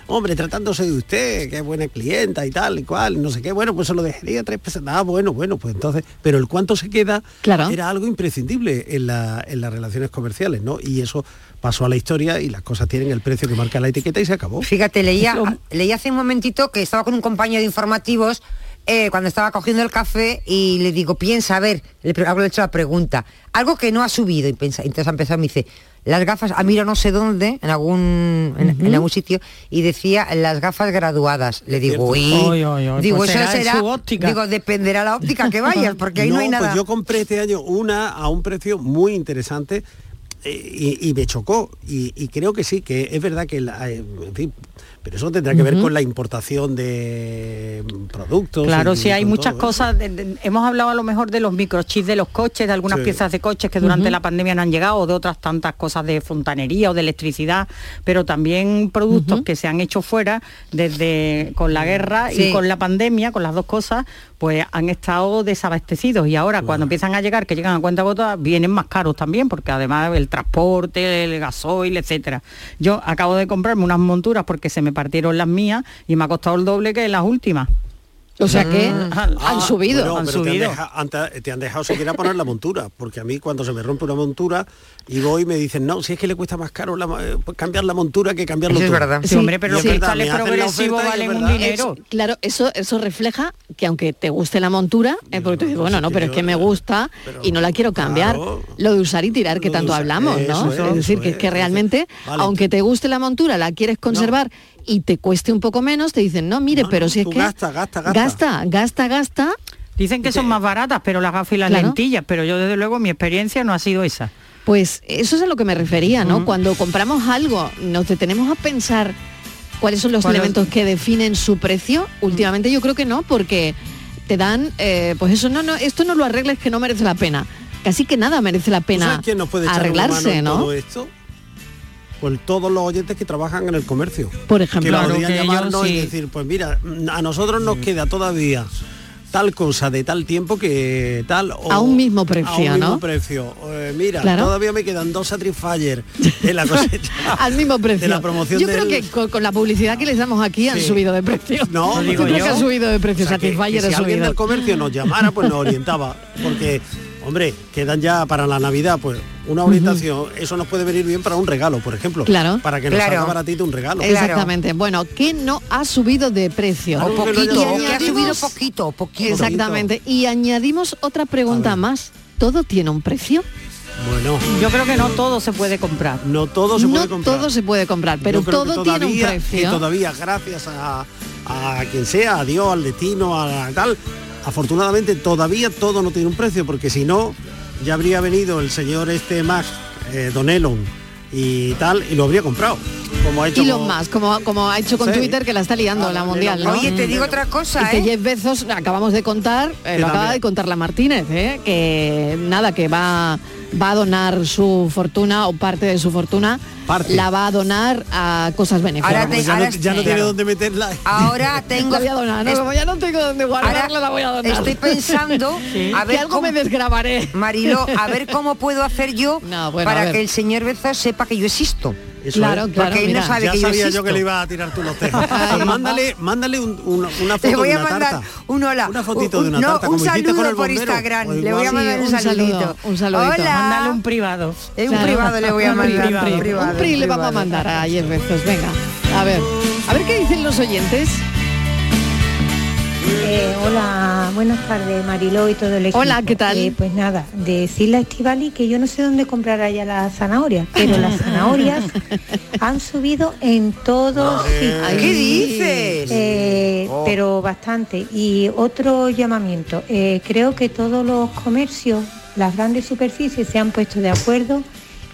[SPEAKER 6] hombre, tratándose de usted, qué buena clienta y tal y cual, no sé qué, bueno, pues se lo dejaría tres pesos. Ah, bueno, bueno, pues entonces, pero el cuánto se queda
[SPEAKER 2] Claro.
[SPEAKER 6] era algo imprescindible en, la- en las relaciones comerciales, ¿no? Y eso pasó a la historia y las cosas tienen el precio que marca la etiqueta y se acabó.
[SPEAKER 7] Fíjate, leía, leía hace un momentito que estaba con un compañero de informativos eh, cuando estaba cogiendo el café y le digo, piensa, a ver, le pre- hago- le he hecho la pregunta, algo que no ha subido, y piensa, entonces ha empezado, me dice, las gafas, a miro no sé dónde, en algún, en, en algún sitio, y decía, las gafas graduadas. Le digo, uy,
[SPEAKER 6] cierto. Ay, ay, ay,
[SPEAKER 7] digo,
[SPEAKER 6] pues
[SPEAKER 7] eso
[SPEAKER 6] será en
[SPEAKER 7] será,
[SPEAKER 6] su óptica.
[SPEAKER 7] digo, dependerá la óptica que vayas, porque ahí no, hay nada.
[SPEAKER 6] Pues yo compré este año una a un precio muy interesante eh, y, y me chocó. Y, y creo que sí, que es verdad que la- eh, en fin, pero eso tendrá que ver
[SPEAKER 8] Ujú.
[SPEAKER 6] con la importación de mm, productos.
[SPEAKER 8] Claro,
[SPEAKER 6] y
[SPEAKER 8] sí, hay
[SPEAKER 6] con todo
[SPEAKER 8] muchas
[SPEAKER 6] ¿eh? eso.
[SPEAKER 8] cosas. de- de- hemos hablado a lo mejor de los microchips de los coches, de algunas
[SPEAKER 6] Sí.
[SPEAKER 8] piezas de coches que durante
[SPEAKER 6] Ujú.
[SPEAKER 8] la pandemia no han llegado, o de otras tantas cosas de fontanería o de electricidad, pero también productos que se han hecho fuera desde con la guerra
[SPEAKER 7] Sí.
[SPEAKER 8] y con la pandemia, con las dos cosas, pues han estado desabastecidos y ahora cuando empiezan a llegar, que llegan a cuenta gota, vienen más caros también, porque además el transporte, el gasoil, etcétera. Yo acabo de comprarme unas monturas porque se me partieron las mías y me ha costado el doble que las últimas.
[SPEAKER 2] O sea que
[SPEAKER 8] Ah,
[SPEAKER 2] han
[SPEAKER 8] ah,
[SPEAKER 2] subido.
[SPEAKER 6] Mm. Bueno,
[SPEAKER 8] han
[SPEAKER 6] pero te han,
[SPEAKER 8] subido.
[SPEAKER 6] deja- han ta- te han dejado siquiera poner la montura, porque a mí cuando se me rompe una montura y voy y me dicen, no, si es que le cuesta más caro la ma- eh, cambiar la montura que cambiarlo
[SPEAKER 8] Eso es
[SPEAKER 6] todo".
[SPEAKER 8] verdad. Sí, hombre, pero
[SPEAKER 6] Y
[SPEAKER 8] los
[SPEAKER 6] es verdad,
[SPEAKER 8] cristales
[SPEAKER 6] me hacen la
[SPEAKER 8] progresivos
[SPEAKER 6] oferta y es
[SPEAKER 8] valen un
[SPEAKER 6] verdad.
[SPEAKER 8] dinero.
[SPEAKER 2] Eso- claro, eso, eso refleja que aunque te guste la montura, eh, porque tú dices, bueno, no, pero es que me gusta y no la quiero cambiar. Lo de usar y tirar, que tanto hablamos, ¿no?
[SPEAKER 11] eso
[SPEAKER 2] es decir, que, que realmente,
[SPEAKER 11] vale,
[SPEAKER 2] aunque te guste la montura, la quieres conservar y te cueste un poco menos, te dicen, no, mire, pero si es
[SPEAKER 8] tú
[SPEAKER 2] que...
[SPEAKER 8] gasta,
[SPEAKER 2] gasta, gasta. Gasta, gasta,
[SPEAKER 8] Dicen que son más baratas, pero las gafas y las
[SPEAKER 2] Claro.
[SPEAKER 8] lentillas, pero yo desde luego mi experiencia no ha sido esa.
[SPEAKER 2] Pues eso es a lo que me refería, ¿no? Cuando compramos algo, nos detenemos a pensar cuáles son los
[SPEAKER 8] ¿Cuáles-
[SPEAKER 2] elementos que definen su precio. Últimamente yo creo que no, porque te dan, eh, pues eso, no, no, esto no lo arregles que no merece la pena. Casi que nada merece la
[SPEAKER 6] ¿Tú
[SPEAKER 2] pena
[SPEAKER 6] sabes quién nos puede echar una mano
[SPEAKER 2] arreglarse,
[SPEAKER 6] en
[SPEAKER 2] ¿no?
[SPEAKER 6] todo esto? Pues todos los oyentes que trabajan en el comercio.
[SPEAKER 2] Por ejemplo.
[SPEAKER 6] que
[SPEAKER 2] Claro,
[SPEAKER 6] podrían
[SPEAKER 2] que ellos
[SPEAKER 6] llamarnos
[SPEAKER 2] sí.
[SPEAKER 6] y decir, pues mira, mm, a nosotros nos queda todavía tal cosa de tal tiempo que tal o
[SPEAKER 2] A un mismo precio,
[SPEAKER 6] a un mismo
[SPEAKER 2] ¿no?
[SPEAKER 6] precio. Eh, mira,
[SPEAKER 2] Claro.
[SPEAKER 6] todavía me quedan dos Satisfyer de la cosecha.
[SPEAKER 2] Al mismo precio.
[SPEAKER 6] De la promoción
[SPEAKER 2] yo creo
[SPEAKER 6] del-
[SPEAKER 2] que con, con la publicidad que les damos aquí han subido de precio.
[SPEAKER 6] No,
[SPEAKER 2] yo
[SPEAKER 6] lo digo
[SPEAKER 2] creo
[SPEAKER 6] yo.
[SPEAKER 2] que han subido de precio.
[SPEAKER 6] O sea, que-
[SPEAKER 2] Satisfyer
[SPEAKER 6] que
[SPEAKER 2] ha
[SPEAKER 6] si alguien
[SPEAKER 2] subido.
[SPEAKER 6] del comercio nos llamara, pues nos orientaba. Porque, hombre, quedan ya para la Navidad, pues una orientación, eso nos puede venir bien para un regalo, por ejemplo.
[SPEAKER 2] Claro.
[SPEAKER 6] Para que nos
[SPEAKER 2] Claro.
[SPEAKER 6] salga baratito un regalo.
[SPEAKER 2] Exactamente. Bueno, ¿qué no ha subido de precio?
[SPEAKER 6] Algo que no haya
[SPEAKER 2] Y
[SPEAKER 6] subido.
[SPEAKER 7] Que ha subido
[SPEAKER 2] añadimos-
[SPEAKER 7] poquito, poquito.
[SPEAKER 2] Exactamente. Y añadimos otra pregunta más. ¿Todo tiene un precio?
[SPEAKER 6] Bueno.
[SPEAKER 8] Yo creo que no todo se puede comprar.
[SPEAKER 6] No todo se puede
[SPEAKER 2] no
[SPEAKER 6] comprar.
[SPEAKER 2] todo se puede comprar, pero
[SPEAKER 6] Yo creo que
[SPEAKER 2] todo tiene un
[SPEAKER 6] todavía-
[SPEAKER 2] precio.
[SPEAKER 6] Y todavía, gracias a, a quien sea, a Dios, al destino, a tal, afortunadamente todavía todo no tiene un precio, porque si no, ya habría venido el señor este Max, eh, Don Elon y tal, y lo habría comprado. Como ha hecho
[SPEAKER 2] Elon
[SPEAKER 6] con-
[SPEAKER 2] Musk, como, como ha hecho con
[SPEAKER 6] Sí.
[SPEAKER 2] Twitter, que la está liando la mundial. ¿no?
[SPEAKER 7] Oye, te digo otra cosa,
[SPEAKER 2] Y
[SPEAKER 7] ¿eh?
[SPEAKER 2] que Jeff Bezos, acabamos de contar, eh,
[SPEAKER 6] Que
[SPEAKER 2] lo acaba
[SPEAKER 6] también.
[SPEAKER 2] de contar la Martínez, ¿eh? que nada, que va, va a donar su fortuna o parte de su fortuna,
[SPEAKER 6] Parte.
[SPEAKER 2] la va a donar a cosas benéficas.
[SPEAKER 7] Ahora
[SPEAKER 6] Pues
[SPEAKER 7] te-
[SPEAKER 6] ya, no,
[SPEAKER 7] ahora
[SPEAKER 6] ya no
[SPEAKER 7] sí.
[SPEAKER 6] tiene dónde meterla.
[SPEAKER 7] Ahora tengo...
[SPEAKER 2] La voy a donar, ¿no?
[SPEAKER 7] es-
[SPEAKER 2] como ya no tengo dónde guardarla,
[SPEAKER 7] ahora
[SPEAKER 2] la voy a donar.
[SPEAKER 7] Estoy pensando a
[SPEAKER 2] que
[SPEAKER 7] ver
[SPEAKER 2] algo
[SPEAKER 7] cómo-
[SPEAKER 2] me desgrabaré.
[SPEAKER 7] Mariló, a ver cómo puedo hacer yo
[SPEAKER 2] No, bueno, a
[SPEAKER 7] para
[SPEAKER 2] ver.
[SPEAKER 7] que el señor Bezos sepa que yo existo.
[SPEAKER 6] Eso
[SPEAKER 2] Claro,
[SPEAKER 6] es.
[SPEAKER 2] claro,
[SPEAKER 7] él no
[SPEAKER 2] mira.
[SPEAKER 7] sabe
[SPEAKER 6] Ya
[SPEAKER 7] que yo
[SPEAKER 6] sabía yo
[SPEAKER 7] existo.
[SPEAKER 6] que le iba a tirar tú los tejos.
[SPEAKER 2] Ay,
[SPEAKER 6] Pues
[SPEAKER 2] va.
[SPEAKER 6] mándale, mándale un- una, una foto
[SPEAKER 7] Te voy
[SPEAKER 6] de
[SPEAKER 7] a
[SPEAKER 6] una
[SPEAKER 7] mandar
[SPEAKER 6] tarta.
[SPEAKER 7] un hola.
[SPEAKER 6] Una fotito de una
[SPEAKER 7] no,
[SPEAKER 6] tarta,
[SPEAKER 7] un
[SPEAKER 6] como hiciste con el
[SPEAKER 7] saludo por
[SPEAKER 6] bombero.
[SPEAKER 7] Instagram.
[SPEAKER 6] O
[SPEAKER 7] Le voy a
[SPEAKER 6] igual.
[SPEAKER 7] mandar
[SPEAKER 2] Sí,
[SPEAKER 7] un,
[SPEAKER 2] un saludo,
[SPEAKER 7] saludito.
[SPEAKER 2] un saludito.
[SPEAKER 7] Hola.
[SPEAKER 8] Mándale un privado.
[SPEAKER 7] Eh, un
[SPEAKER 2] Claro.
[SPEAKER 7] privado le voy a
[SPEAKER 2] Un
[SPEAKER 7] mandar.
[SPEAKER 2] privado,
[SPEAKER 7] un
[SPEAKER 2] un
[SPEAKER 7] privado,
[SPEAKER 2] pri le
[SPEAKER 7] un
[SPEAKER 2] vamos a
[SPEAKER 7] privado.
[SPEAKER 2] mandar a Jeff Bezos, venga. A ver, a ver qué dicen los oyentes.
[SPEAKER 11] Eh, hola, buenas tardes Mariló y todo el equipo.
[SPEAKER 2] Hola, ¿qué tal?
[SPEAKER 11] Eh, pues nada, decirle a Estivali que yo no sé dónde comprará ya las zanahorias, pero las zanahorias han subido en todos sitios.
[SPEAKER 2] Ay,
[SPEAKER 7] ¿Qué dices?
[SPEAKER 11] Eh,
[SPEAKER 5] Oh.
[SPEAKER 11] Pero bastante. Y otro llamamiento. eh, creo que todos los comercios, las grandes superficies se han puesto de acuerdo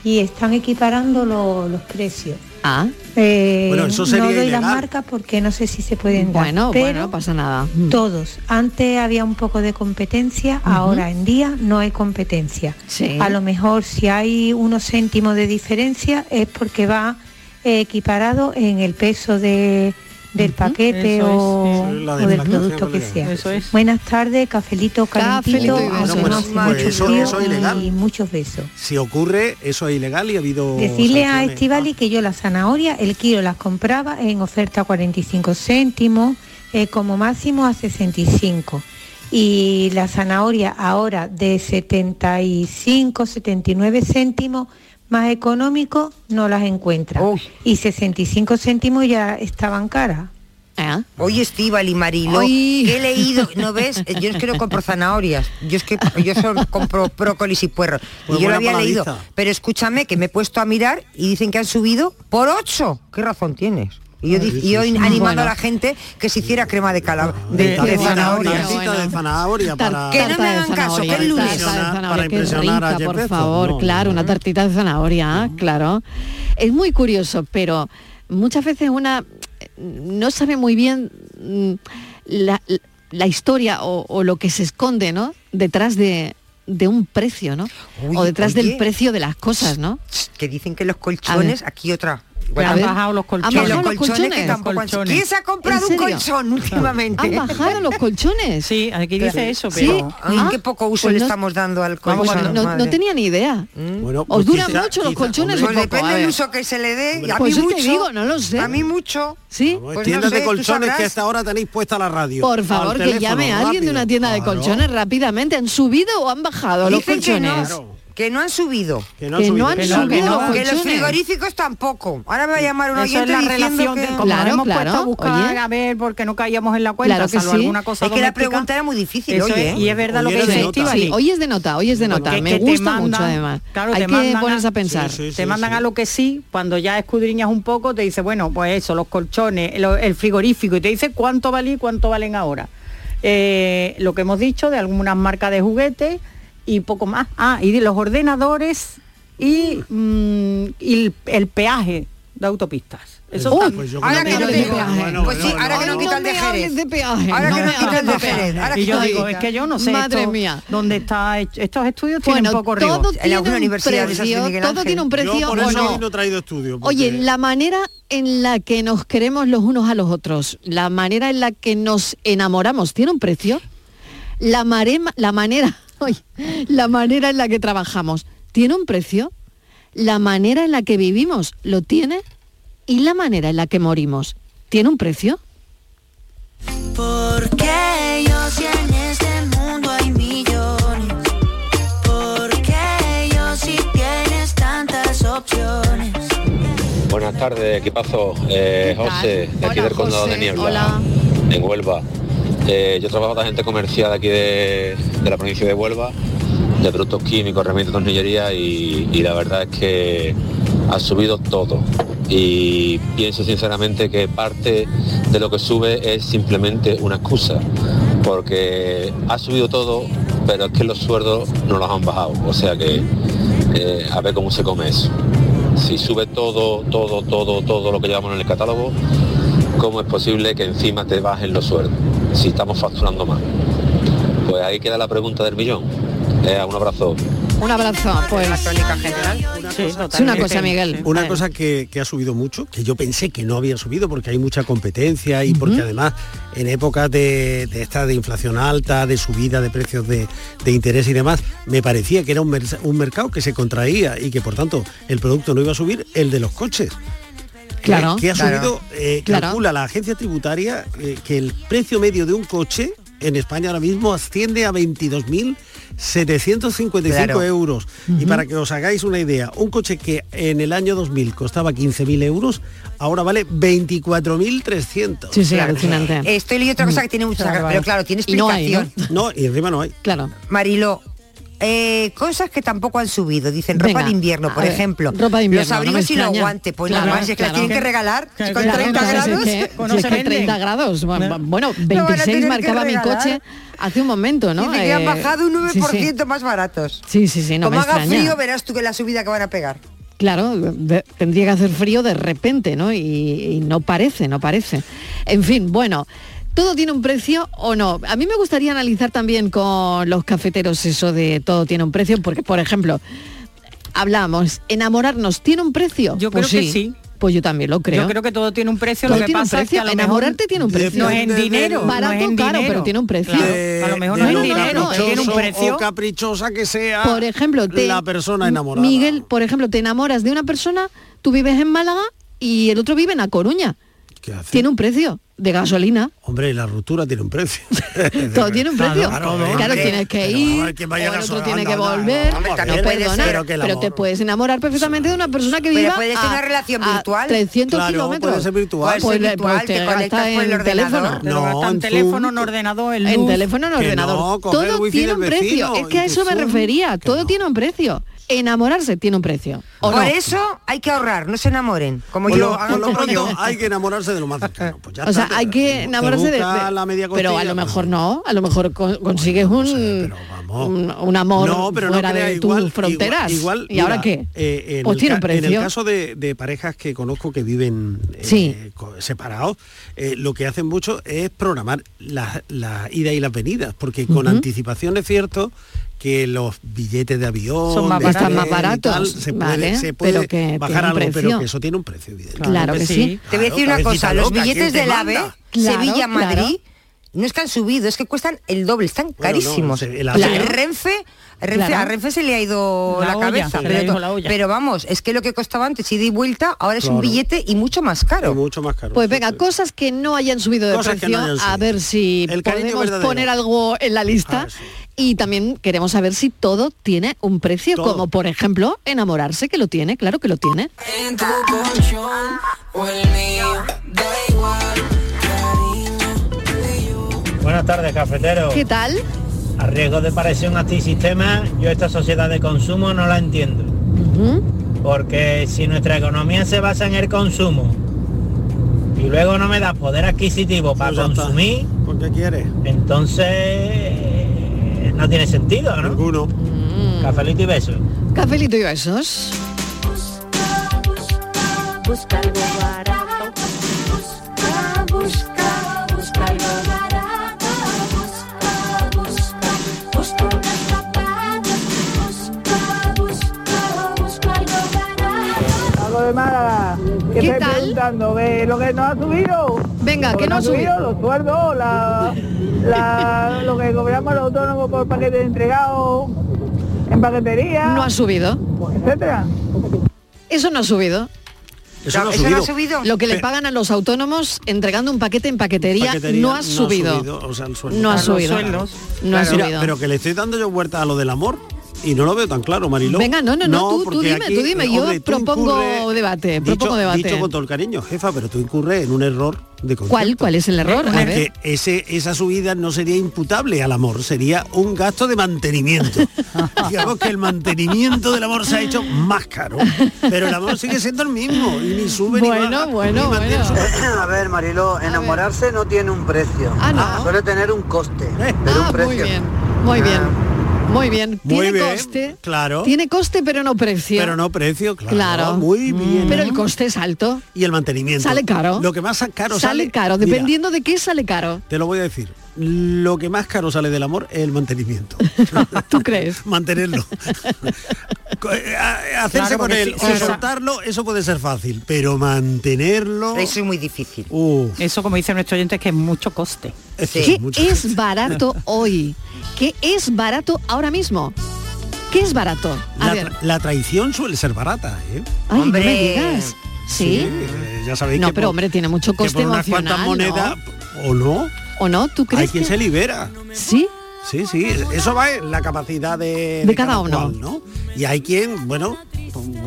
[SPEAKER 11] y están equiparando lo- los precios.
[SPEAKER 2] Ah,
[SPEAKER 11] Eh,
[SPEAKER 6] Bueno, eso sería
[SPEAKER 11] no doy
[SPEAKER 6] ilegal.
[SPEAKER 11] las marcas porque no sé si se pueden dar.
[SPEAKER 2] bueno,
[SPEAKER 11] pero
[SPEAKER 2] bueno, no pasa nada.
[SPEAKER 6] Mm.
[SPEAKER 11] todos. Antes había un poco de competencia, ahora en día no hay competencia.
[SPEAKER 2] Sí.
[SPEAKER 11] A lo mejor si hay unos céntimos de diferencia es porque va eh, equiparado en el peso de, del paquete
[SPEAKER 8] Eso es,
[SPEAKER 11] o,
[SPEAKER 6] sí. La
[SPEAKER 11] o del
[SPEAKER 6] deflación
[SPEAKER 11] producto que
[SPEAKER 6] colega.
[SPEAKER 11] sea.
[SPEAKER 8] Eso es.
[SPEAKER 11] Buenas tardes, cafelito, calentito,
[SPEAKER 2] Cafelito y
[SPEAKER 11] a
[SPEAKER 2] besos.
[SPEAKER 11] tomarse
[SPEAKER 6] Bueno, pues
[SPEAKER 11] mucho
[SPEAKER 6] eso-
[SPEAKER 11] frío
[SPEAKER 6] eso es ilegal.
[SPEAKER 11] y muchos besos.
[SPEAKER 6] Si ocurre, eso es ilegal y ha habido...
[SPEAKER 11] Decirle a
[SPEAKER 6] sanciones.
[SPEAKER 11] Estivali que yo la zanahoria, el kilo las compraba en oferta a 45 céntimos, eh, como máximo a 65. Y la zanahoria ahora de 75, 79 céntimos, más económico, no las encuentra.
[SPEAKER 7] Uy.
[SPEAKER 11] Y 65 céntimos ya estaban caras.
[SPEAKER 2] ¿Eh?
[SPEAKER 7] Oye, Estíbal y Marilo,
[SPEAKER 2] Ay.
[SPEAKER 7] que he leído, ¿no ves? Yo es que no compro zanahorias, yo es que yo solo compro brócolis y puerros.
[SPEAKER 6] Pues
[SPEAKER 7] y yo lo
[SPEAKER 6] buena
[SPEAKER 7] había leído,
[SPEAKER 6] paladiza.
[SPEAKER 7] pero escúchame, que me he puesto a mirar y dicen que han subido por 8. ¿Qué razón tienes? Y yo, di- y yo animando
[SPEAKER 2] Bueno.
[SPEAKER 7] a la gente que se hiciera crema de cala
[SPEAKER 2] este
[SPEAKER 6] de,
[SPEAKER 7] de,
[SPEAKER 6] tarta
[SPEAKER 7] de
[SPEAKER 6] de zanahoria,
[SPEAKER 7] zanahorias.
[SPEAKER 2] bueno.
[SPEAKER 6] tarta de zanahoria
[SPEAKER 2] Tar-
[SPEAKER 6] para...
[SPEAKER 7] Que no me
[SPEAKER 2] tarta de
[SPEAKER 7] hagan caso, que es
[SPEAKER 2] zanahoria,
[SPEAKER 7] lunes.
[SPEAKER 2] tarta de zanahoria,
[SPEAKER 6] Para
[SPEAKER 2] qué
[SPEAKER 6] impresionar a
[SPEAKER 2] rica, pues.
[SPEAKER 6] Jeff
[SPEAKER 2] por
[SPEAKER 6] Bezos.
[SPEAKER 2] favor,
[SPEAKER 6] No,
[SPEAKER 2] claro,
[SPEAKER 6] no, ¿eh?
[SPEAKER 2] una tartita de zanahoria, claro. Es muy curioso, pero muchas veces una eh, no sabe muy bien mm, la, la historia o, o lo que se esconde, ¿no? Detrás de, de un precio, ¿no?
[SPEAKER 7] Uy,
[SPEAKER 2] o detrás
[SPEAKER 7] oye.
[SPEAKER 2] del precio de las cosas, ¿no?
[SPEAKER 7] Que dicen que los colchones,
[SPEAKER 2] A
[SPEAKER 7] aquí otra.
[SPEAKER 2] A
[SPEAKER 8] han
[SPEAKER 2] ver,
[SPEAKER 8] bajado los
[SPEAKER 2] ¿han
[SPEAKER 8] colchones.
[SPEAKER 7] Que
[SPEAKER 2] bajado
[SPEAKER 7] los
[SPEAKER 2] los
[SPEAKER 7] colchones, que
[SPEAKER 2] colchones?
[SPEAKER 7] tampoco han-
[SPEAKER 8] Colchones.
[SPEAKER 7] ¿Quién se ha comprado
[SPEAKER 2] ¿En
[SPEAKER 7] un
[SPEAKER 2] serio?
[SPEAKER 7] colchón últimamente?
[SPEAKER 2] ¿Han bajado los colchones?
[SPEAKER 8] Sí, aquí dice eso,
[SPEAKER 2] Sí.
[SPEAKER 8] pero
[SPEAKER 7] Ay,
[SPEAKER 2] Ah,
[SPEAKER 7] qué poco uso
[SPEAKER 2] pues
[SPEAKER 7] le
[SPEAKER 2] no-
[SPEAKER 7] estamos dando al
[SPEAKER 2] Vamos,
[SPEAKER 7] colchón.
[SPEAKER 2] no- no,
[SPEAKER 7] madre.
[SPEAKER 2] tenía ni idea.
[SPEAKER 6] Bueno,
[SPEAKER 2] ¿Mm?
[SPEAKER 6] pues
[SPEAKER 2] ¿Os duran
[SPEAKER 6] quizá-
[SPEAKER 2] mucho los
[SPEAKER 6] quizá- hombre,
[SPEAKER 2] colchones?
[SPEAKER 7] ¿eh? Pues
[SPEAKER 2] un poco,
[SPEAKER 7] depende
[SPEAKER 2] a
[SPEAKER 7] del
[SPEAKER 2] ver.
[SPEAKER 7] uso que se le dé. A
[SPEAKER 2] Pues
[SPEAKER 7] mí
[SPEAKER 2] yo te
[SPEAKER 7] mucho.
[SPEAKER 2] digo, no lo sé.
[SPEAKER 7] A mí mucho.
[SPEAKER 2] ¿Sí?
[SPEAKER 6] Pues
[SPEAKER 7] Pues no
[SPEAKER 6] tiendas
[SPEAKER 7] sé,
[SPEAKER 6] de
[SPEAKER 7] tú
[SPEAKER 6] colchones
[SPEAKER 7] sabrás.
[SPEAKER 6] que hasta ahora tenéis puesta la radio.
[SPEAKER 2] Por favor,
[SPEAKER 6] Al
[SPEAKER 2] que
[SPEAKER 6] teléfono,
[SPEAKER 2] llame a alguien de una
[SPEAKER 6] rápido.
[SPEAKER 2] tienda de
[SPEAKER 6] Claro.
[SPEAKER 2] colchones rápidamente. ¿Han subido o han bajado Pues los
[SPEAKER 7] Dicen que
[SPEAKER 2] colchones?
[SPEAKER 7] no, que no han subido.
[SPEAKER 6] Que
[SPEAKER 2] que no han
[SPEAKER 6] que
[SPEAKER 2] subido
[SPEAKER 6] que
[SPEAKER 2] los
[SPEAKER 7] Que los
[SPEAKER 2] colchones.
[SPEAKER 7] frigoríficos tampoco. Ahora me va a llamar un
[SPEAKER 8] eso
[SPEAKER 7] oyente
[SPEAKER 8] es la
[SPEAKER 7] diciendo
[SPEAKER 8] relación
[SPEAKER 7] que...
[SPEAKER 8] de como
[SPEAKER 2] Claro,
[SPEAKER 8] nos hemos puesto
[SPEAKER 2] claro,
[SPEAKER 8] a buscar
[SPEAKER 2] oye.
[SPEAKER 8] a ver porque no caíamos en la cuenta,
[SPEAKER 2] Claro que
[SPEAKER 8] salvo
[SPEAKER 2] sí.
[SPEAKER 8] alguna cosa
[SPEAKER 7] Es que la
[SPEAKER 8] doméstica.
[SPEAKER 7] pregunta era muy difícil,
[SPEAKER 8] Eso
[SPEAKER 7] oye,
[SPEAKER 8] es,
[SPEAKER 7] ¿eh?
[SPEAKER 8] y es verdad lo
[SPEAKER 6] Oye,
[SPEAKER 8] que
[SPEAKER 6] era
[SPEAKER 8] dice
[SPEAKER 6] de nota.
[SPEAKER 8] Estíbaliz.
[SPEAKER 2] Sí, hoy es de nota, hoy es de nota.
[SPEAKER 8] Porque
[SPEAKER 2] Me
[SPEAKER 8] es que te
[SPEAKER 2] gusta
[SPEAKER 8] mandan-
[SPEAKER 2] mucho además.
[SPEAKER 8] claro,
[SPEAKER 2] Hay
[SPEAKER 8] te
[SPEAKER 2] que
[SPEAKER 8] mandan
[SPEAKER 2] ponerse
[SPEAKER 8] a-
[SPEAKER 2] a pensar.
[SPEAKER 6] Sí, sí,
[SPEAKER 8] te mandan a lo que sí, cuando ya escudriñas un poco, te dice, bueno, pues eso, los colchones, el, el frigorífico, y te dice cuánto valí y cuánto valen ahora. Eh, lo que hemos dicho de algunas marcas de juguetes y poco más. Ah, y de los ordenadores y, mm, y el, el peaje de autopistas. Eso
[SPEAKER 2] Uy,
[SPEAKER 8] también.
[SPEAKER 6] pues yo
[SPEAKER 7] Ahora
[SPEAKER 6] creo
[SPEAKER 7] que no
[SPEAKER 2] no
[SPEAKER 7] te
[SPEAKER 2] me
[SPEAKER 7] digo.
[SPEAKER 2] hables de peaje.
[SPEAKER 7] Pues sí,
[SPEAKER 6] Bueno,
[SPEAKER 7] ahora
[SPEAKER 6] bueno,
[SPEAKER 7] que no
[SPEAKER 6] bueno.
[SPEAKER 7] quita
[SPEAKER 2] no
[SPEAKER 7] el
[SPEAKER 2] me
[SPEAKER 7] de Jerez.
[SPEAKER 2] hables de peaje.
[SPEAKER 7] Ahora
[SPEAKER 2] No
[SPEAKER 7] que
[SPEAKER 2] me
[SPEAKER 7] no quita el de
[SPEAKER 2] hables de
[SPEAKER 7] Jerez.
[SPEAKER 2] peaje.
[SPEAKER 8] y
[SPEAKER 7] Ahora que
[SPEAKER 8] yo
[SPEAKER 7] no
[SPEAKER 8] digo,
[SPEAKER 7] quita.
[SPEAKER 8] es que yo no sé,
[SPEAKER 2] Madre
[SPEAKER 8] esto-
[SPEAKER 2] mía.
[SPEAKER 8] donde está hecho- estos estudios tienen
[SPEAKER 2] Bueno,
[SPEAKER 8] poco rigor.
[SPEAKER 2] todo tiene
[SPEAKER 7] alguna
[SPEAKER 2] un
[SPEAKER 7] universidad de esas de
[SPEAKER 2] precio,
[SPEAKER 7] Miguel
[SPEAKER 2] todo
[SPEAKER 7] Ángel.
[SPEAKER 2] tiene un precio
[SPEAKER 6] Yo por
[SPEAKER 2] o
[SPEAKER 6] eso
[SPEAKER 2] no.
[SPEAKER 6] hoy no he traído estudio. porque-
[SPEAKER 2] Oye, la manera en la que nos queremos los unos a los otros, la manera en la que nos enamoramos, ¿tiene un precio? La, marema- la manera, ay, la manera en la que trabajamos, ¿tiene un precio? La manera en la que vivimos, ¿lo tiene? Y la manera en la que morimos, ¿tiene un precio?
[SPEAKER 4] Porque yo si en este mundo hay millones. Porque yo si tienes tantas opciones.
[SPEAKER 12] Buenas tardes, equipazo. Eh,
[SPEAKER 2] ¿Qué tal?
[SPEAKER 12] José, de aquí
[SPEAKER 2] Hola,
[SPEAKER 12] del Condado
[SPEAKER 2] José.
[SPEAKER 12] de Niebla,
[SPEAKER 2] Hola.
[SPEAKER 12] en Huelva. Eh, yo trabajo de agente comercial de aquí de, de la provincia de Huelva de productos químicos, herramientas de tornillería y, y la verdad es que ha subido todo. Y pienso sinceramente que parte de lo que sube es simplemente una excusa, porque ha subido todo, pero es que los sueldos no los han bajado. O sea que eh, a ver cómo se come eso. Si sube todo, todo, todo, todo lo que llevamos en el catálogo, ¿cómo es posible que encima te bajen los sueldos si estamos facturando más? Pues ahí queda la pregunta del millón. Eh, un abrazo.
[SPEAKER 2] Un abrazo, pues. es una cosa, Miguel.
[SPEAKER 6] Una cosa que, que ha subido mucho, que yo pensé que no había subido porque hay mucha competencia y porque
[SPEAKER 13] Ujú.
[SPEAKER 6] además en épocas de, de esta de inflación alta, de subida de precios de, de interés y demás, me parecía que era un, mer- un mercado que se contraía y que por tanto el producto no iba a subir, el de los coches.
[SPEAKER 2] Claro,
[SPEAKER 6] Que, que ha
[SPEAKER 2] claro.
[SPEAKER 6] subido, eh,
[SPEAKER 2] Claro.
[SPEAKER 6] calcula la agencia tributaria eh, que el precio medio de un coche en España ahora mismo asciende a 22.755
[SPEAKER 13] Claro.
[SPEAKER 6] euros. Y
[SPEAKER 13] Ujú.
[SPEAKER 6] para que os hagáis una idea, un coche que en el año 2000 costaba 15.000 euros, ahora vale 24.300.
[SPEAKER 2] Sí, sí, alucinante. Mm.
[SPEAKER 7] Estoy leyendo otra cosa que tiene mucha
[SPEAKER 6] Claro,
[SPEAKER 7] gracia,
[SPEAKER 6] vale.
[SPEAKER 7] pero claro, tiene
[SPEAKER 6] Y no hay,
[SPEAKER 7] explicación.
[SPEAKER 6] No, y encima no hay.
[SPEAKER 2] Claro.
[SPEAKER 7] Marilo, eh, cosas que tampoco han subido. Dicen ropa
[SPEAKER 6] Venga,
[SPEAKER 7] de invierno,
[SPEAKER 6] a
[SPEAKER 7] por
[SPEAKER 6] ver,
[SPEAKER 7] ejemplo.
[SPEAKER 6] ropa de invierno,
[SPEAKER 7] Los
[SPEAKER 6] no me
[SPEAKER 7] abrigos y los
[SPEAKER 6] extraña.
[SPEAKER 7] guantes, pues
[SPEAKER 6] Claro,
[SPEAKER 7] nada más, es que las
[SPEAKER 6] claro.
[SPEAKER 7] tienen que regalar
[SPEAKER 6] Claro,
[SPEAKER 7] con
[SPEAKER 6] claro,
[SPEAKER 7] 30
[SPEAKER 6] claro,
[SPEAKER 7] grados.
[SPEAKER 2] Es que,
[SPEAKER 7] con
[SPEAKER 2] si es que 30 grados. Bueno, bueno, 26
[SPEAKER 7] tener que
[SPEAKER 2] marcaba mi
[SPEAKER 7] regalar.
[SPEAKER 2] coche hace un momento, ¿no? Eh,
[SPEAKER 7] Dice que han bajado un 9%
[SPEAKER 2] sí, sí.
[SPEAKER 7] más baratos.
[SPEAKER 2] Sí, sí, sí, no
[SPEAKER 7] Como
[SPEAKER 2] me
[SPEAKER 7] haga
[SPEAKER 2] extraña.
[SPEAKER 7] frío, verás tú que la subida que van a pegar.
[SPEAKER 2] Claro, de- tendría que hacer frío de repente, ¿no? Y, y no parece, no parece. En fin, bueno, todo tiene un precio o no. A mí me gustaría analizar también con los cafeteros eso de todo tiene un precio, porque, por ejemplo, hablamos, enamorarnos tiene un precio.
[SPEAKER 8] Yo
[SPEAKER 2] Pues
[SPEAKER 8] creo que sí.
[SPEAKER 2] Pues yo también lo creo.
[SPEAKER 8] Yo creo que todo tiene un precio,
[SPEAKER 2] Todo
[SPEAKER 8] lo que
[SPEAKER 2] tiene un
[SPEAKER 8] pasa es que
[SPEAKER 2] precio,
[SPEAKER 8] a lo
[SPEAKER 2] enamorarte
[SPEAKER 8] mejor
[SPEAKER 2] tiene un precio.
[SPEAKER 8] No es en
[SPEAKER 2] Depende
[SPEAKER 8] dinero, no
[SPEAKER 2] Barato,
[SPEAKER 8] es en
[SPEAKER 2] caro,
[SPEAKER 8] dinero.
[SPEAKER 2] pero tiene un precio.
[SPEAKER 8] Claro, a lo mejor no
[SPEAKER 6] de
[SPEAKER 8] es
[SPEAKER 6] lo
[SPEAKER 8] en dinero,
[SPEAKER 6] caprichoso
[SPEAKER 8] tiene un precio.
[SPEAKER 6] o caprichosa que sea
[SPEAKER 2] Por ejemplo, te-
[SPEAKER 6] la persona enamorada.
[SPEAKER 2] Miguel, por ejemplo, te enamoras de una persona, tú vives en Málaga y el otro vive en A Coruña. Tiene un precio de gasolina.
[SPEAKER 6] Hombre, la ruptura tiene un precio.
[SPEAKER 2] Todo tiene un precio.
[SPEAKER 6] Claro,
[SPEAKER 2] Claro,
[SPEAKER 6] hombre.
[SPEAKER 2] tienes que
[SPEAKER 6] Pero,
[SPEAKER 2] ir,
[SPEAKER 6] a ver, ¿quién vaya
[SPEAKER 2] o el
[SPEAKER 6] a
[SPEAKER 2] otro
[SPEAKER 6] gasolina?
[SPEAKER 2] tiene que
[SPEAKER 6] No, no,
[SPEAKER 2] volver,
[SPEAKER 6] no, hombre,
[SPEAKER 2] no,
[SPEAKER 6] también puede
[SPEAKER 2] perdonar,
[SPEAKER 6] ser. Pero que el
[SPEAKER 2] pero te
[SPEAKER 6] amor-
[SPEAKER 2] puedes enamorar perfectamente de una persona que
[SPEAKER 7] Pero
[SPEAKER 2] viva
[SPEAKER 7] puede ser
[SPEAKER 2] a-
[SPEAKER 7] una relación
[SPEAKER 2] a
[SPEAKER 7] virtual.
[SPEAKER 2] 300
[SPEAKER 7] Claro,
[SPEAKER 2] kilómetros.
[SPEAKER 7] puede ser virtual.
[SPEAKER 2] Pues,
[SPEAKER 7] Puede ser
[SPEAKER 2] le-
[SPEAKER 7] virtual,
[SPEAKER 2] pues te
[SPEAKER 7] te
[SPEAKER 2] gasta
[SPEAKER 7] conectas por
[SPEAKER 2] en
[SPEAKER 7] el ordenador.
[SPEAKER 2] teléfono.
[SPEAKER 8] Te lo gasta en teléfono, en ordenador, en luz.
[SPEAKER 2] En teléfono, en
[SPEAKER 8] Que
[SPEAKER 2] ordenador.
[SPEAKER 8] no, coger el
[SPEAKER 2] todo
[SPEAKER 8] wifi
[SPEAKER 2] tiene
[SPEAKER 8] del
[SPEAKER 2] un precio.
[SPEAKER 8] vecino
[SPEAKER 2] Es que a
[SPEAKER 8] y
[SPEAKER 2] eso me
[SPEAKER 8] Zoom.
[SPEAKER 2] refería. Todo tiene un precio. Enamorarse tiene un precio. ¿o
[SPEAKER 7] Por
[SPEAKER 2] no?
[SPEAKER 7] eso hay que ahorrar, no se enamoren. Como
[SPEAKER 2] Por
[SPEAKER 7] yo,
[SPEAKER 2] lo- por
[SPEAKER 7] hagan
[SPEAKER 2] lo
[SPEAKER 7] como yo.
[SPEAKER 2] pronto,
[SPEAKER 6] Hay que enamorarse de lo más cercano. Pues ya
[SPEAKER 2] o sea,
[SPEAKER 6] está,
[SPEAKER 2] hay que enamorarse de,
[SPEAKER 6] busca
[SPEAKER 2] de-
[SPEAKER 6] la media
[SPEAKER 2] pero a
[SPEAKER 6] costilla,
[SPEAKER 2] lo mejor no, a lo mejor con- consigues un, un, un amor fuera
[SPEAKER 6] crea
[SPEAKER 2] de tus fronteras.
[SPEAKER 6] Igual,
[SPEAKER 2] ¿Y
[SPEAKER 6] mira,
[SPEAKER 2] ahora qué?
[SPEAKER 6] eh, en,
[SPEAKER 2] Pues
[SPEAKER 6] el ca-
[SPEAKER 2] tiene un
[SPEAKER 6] en el
[SPEAKER 2] precio.
[SPEAKER 6] caso de, de parejas que conozco que viven eh, co- separados, eh, lo que hacen mucho es programar las las idas y las venidas, porque con
[SPEAKER 2] Ujú.
[SPEAKER 6] anticipación es cierto que los billetes de avión
[SPEAKER 2] Son más
[SPEAKER 6] de
[SPEAKER 2] baratos.
[SPEAKER 6] tren
[SPEAKER 2] Están más
[SPEAKER 6] y tal,
[SPEAKER 2] baratos,
[SPEAKER 6] se puede,
[SPEAKER 2] vale,
[SPEAKER 6] se puede
[SPEAKER 2] pero
[SPEAKER 6] bajar
[SPEAKER 2] que tiene un
[SPEAKER 6] algo, pero
[SPEAKER 2] precio.
[SPEAKER 6] que eso tiene un precio, evidentemente.
[SPEAKER 2] Claro que sí.
[SPEAKER 7] Te voy a
[SPEAKER 6] Claro,
[SPEAKER 7] decir una
[SPEAKER 6] cabecita
[SPEAKER 7] cosa, los
[SPEAKER 6] loca, ¿quién
[SPEAKER 7] billetes
[SPEAKER 6] te
[SPEAKER 7] del AVE,
[SPEAKER 6] manda?
[SPEAKER 2] Claro,
[SPEAKER 7] Sevilla-Madrid,
[SPEAKER 2] claro.
[SPEAKER 7] no es que han subido, es que cuestan el doble, están carísimos.
[SPEAKER 6] se- el
[SPEAKER 7] La
[SPEAKER 6] AVE- Claro.
[SPEAKER 7] Renfe, Renfe-
[SPEAKER 6] Claro.
[SPEAKER 7] a Renfe se le ha ido
[SPEAKER 6] La
[SPEAKER 7] la,
[SPEAKER 6] olla,
[SPEAKER 7] cabeza,
[SPEAKER 6] se le ha
[SPEAKER 7] pero,
[SPEAKER 6] ido
[SPEAKER 7] to-
[SPEAKER 6] la olla.
[SPEAKER 7] pero vamos, es que lo que costaba antes ida y vuelta, ahora es un
[SPEAKER 6] Claro.
[SPEAKER 7] billete y mucho más caro.
[SPEAKER 6] Mucho más caro.
[SPEAKER 2] Pues venga, cosas que no hayan subido de
[SPEAKER 7] Cosas que
[SPEAKER 2] precio,
[SPEAKER 7] no hayan
[SPEAKER 2] a ver si
[SPEAKER 7] El cariño
[SPEAKER 2] podemos
[SPEAKER 7] verdadero.
[SPEAKER 2] poner algo en la lista.
[SPEAKER 6] Ah,
[SPEAKER 2] Y también queremos saber si todo tiene un precio,
[SPEAKER 4] Todo.
[SPEAKER 2] como por ejemplo enamorarse, que lo tiene, claro que lo tiene.
[SPEAKER 4] En tu colchón o el mío, da igual.
[SPEAKER 14] Buenas tardes, cafetero.
[SPEAKER 2] ¿Qué tal?
[SPEAKER 14] A riesgo de parecer un antisistema, yo esta sociedad de consumo no la entiendo. Porque si nuestra economía se basa en el consumo y luego no me da poder adquisitivo para
[SPEAKER 6] ya está.
[SPEAKER 14] consumir,
[SPEAKER 6] ¿Por qué quieres?
[SPEAKER 14] entonces no tiene sentido, ¿no?
[SPEAKER 6] Ninguno.
[SPEAKER 2] Mm.
[SPEAKER 14] Cafelito y besos.
[SPEAKER 2] Cafelito y besos.
[SPEAKER 4] Busca algo barato. Busca, busca, busca algo barato. Busca, busca, busca unas zapatas. Busca, busca, busca algo barato.
[SPEAKER 15] Pablo de Málaga, que
[SPEAKER 4] ¿Qué
[SPEAKER 15] estoy
[SPEAKER 4] tal?
[SPEAKER 15] preguntando que lo que no ha subido.
[SPEAKER 2] Venga,
[SPEAKER 15] Lo
[SPEAKER 2] ¿qué no ha subido?
[SPEAKER 15] Los sueldos, la, la- lo que cobramos los autónomos por paquete entregado, en paquetería.
[SPEAKER 2] No ha subido.
[SPEAKER 15] Etcétera.
[SPEAKER 2] Eso no ha subido.
[SPEAKER 6] Eso no ha subido.
[SPEAKER 2] Lo que le
[SPEAKER 6] Pe-
[SPEAKER 2] pagan a los autónomos entregando un paquete en paquetería,
[SPEAKER 6] paquetería
[SPEAKER 2] no ha subido.
[SPEAKER 6] o sea, el sueldo.
[SPEAKER 2] No ha Claro, los subido. sueldos. No ha
[SPEAKER 6] Mira,
[SPEAKER 2] subido.
[SPEAKER 6] pero que le estoy dando yo vuelta a lo del amor. Y no lo veo tan claro, Mariló.
[SPEAKER 2] Venga, no, no, no, tú- tú
[SPEAKER 6] porque eh,
[SPEAKER 2] dime, tú dime, yo propongo debate, propongo debate.
[SPEAKER 6] Dicho con todo el cariño, jefa, pero tú incurres en un error de concepto.
[SPEAKER 2] ¿Cuál? ¿Cuál es el error? A
[SPEAKER 6] Porque
[SPEAKER 2] ver.
[SPEAKER 6] Ese, esa subida no sería imputable al amor, sería un gasto de mantenimiento. Digamos que el mantenimiento del amor se ha hecho más caro, pero el amor sigue siendo el mismo y ni sube ni baja. ni mantiene su-
[SPEAKER 13] A ver, Marilo, enamorarse no tiene un precio.
[SPEAKER 2] Ah,
[SPEAKER 13] Suele tener un coste,
[SPEAKER 6] Eh.
[SPEAKER 13] pero un precio. Ah.
[SPEAKER 2] Muy Ah, bien, muy bien.
[SPEAKER 6] Muy
[SPEAKER 2] Tiene
[SPEAKER 6] bien,
[SPEAKER 2] coste.
[SPEAKER 6] claro.
[SPEAKER 2] Tiene coste, pero no precio.
[SPEAKER 6] Pero no precio, claro.
[SPEAKER 2] Claro. Mm.
[SPEAKER 6] Muy bien. ¿eh?
[SPEAKER 2] Pero el coste es alto.
[SPEAKER 6] Y el mantenimiento.
[SPEAKER 2] Sale caro.
[SPEAKER 6] Lo que más caro
[SPEAKER 2] sale,
[SPEAKER 6] sale.
[SPEAKER 2] caro.
[SPEAKER 6] Mira,
[SPEAKER 2] Dependiendo de qué sale caro.
[SPEAKER 6] te lo voy a decir. Lo que más caro sale del amor es el mantenimiento. Ah,
[SPEAKER 2] ¿Tú crees?
[SPEAKER 6] Mantenerlo. Co- eh, a- Hacerse
[SPEAKER 7] Claro,
[SPEAKER 6] con
[SPEAKER 7] porque
[SPEAKER 6] él
[SPEAKER 7] sí,
[SPEAKER 6] o
[SPEAKER 7] sí,
[SPEAKER 6] soltarlo, eso puede ser fácil. Pero mantenerlo.
[SPEAKER 7] Eso es muy difícil.
[SPEAKER 8] Eso, como dice nuestro oyente, es que es mucho coste.
[SPEAKER 2] ¿Qué es barato hoy? ¿Qué es barato ahora mismo? ¿Qué es barato? A
[SPEAKER 6] La,
[SPEAKER 2] ver.
[SPEAKER 6] tra- la traición suele ser barata, ¿eh?
[SPEAKER 2] Ay, no me digas. Sí.
[SPEAKER 6] eh, ya sabéis
[SPEAKER 2] No,
[SPEAKER 6] que
[SPEAKER 2] pero
[SPEAKER 6] por-
[SPEAKER 2] hombre, tiene mucho
[SPEAKER 6] que por
[SPEAKER 2] coste
[SPEAKER 6] unas cuantas
[SPEAKER 2] emocional.
[SPEAKER 6] monedas,
[SPEAKER 2] ¿no?
[SPEAKER 6] ¿o no?
[SPEAKER 2] ¿O no? ¿Tú crees
[SPEAKER 6] Hay quien
[SPEAKER 2] que-
[SPEAKER 6] se libera.
[SPEAKER 2] Sí.
[SPEAKER 6] Sí, sí, eso va en la capacidad de,
[SPEAKER 2] De cada uno.
[SPEAKER 6] ¿no? Y hay quien, bueno,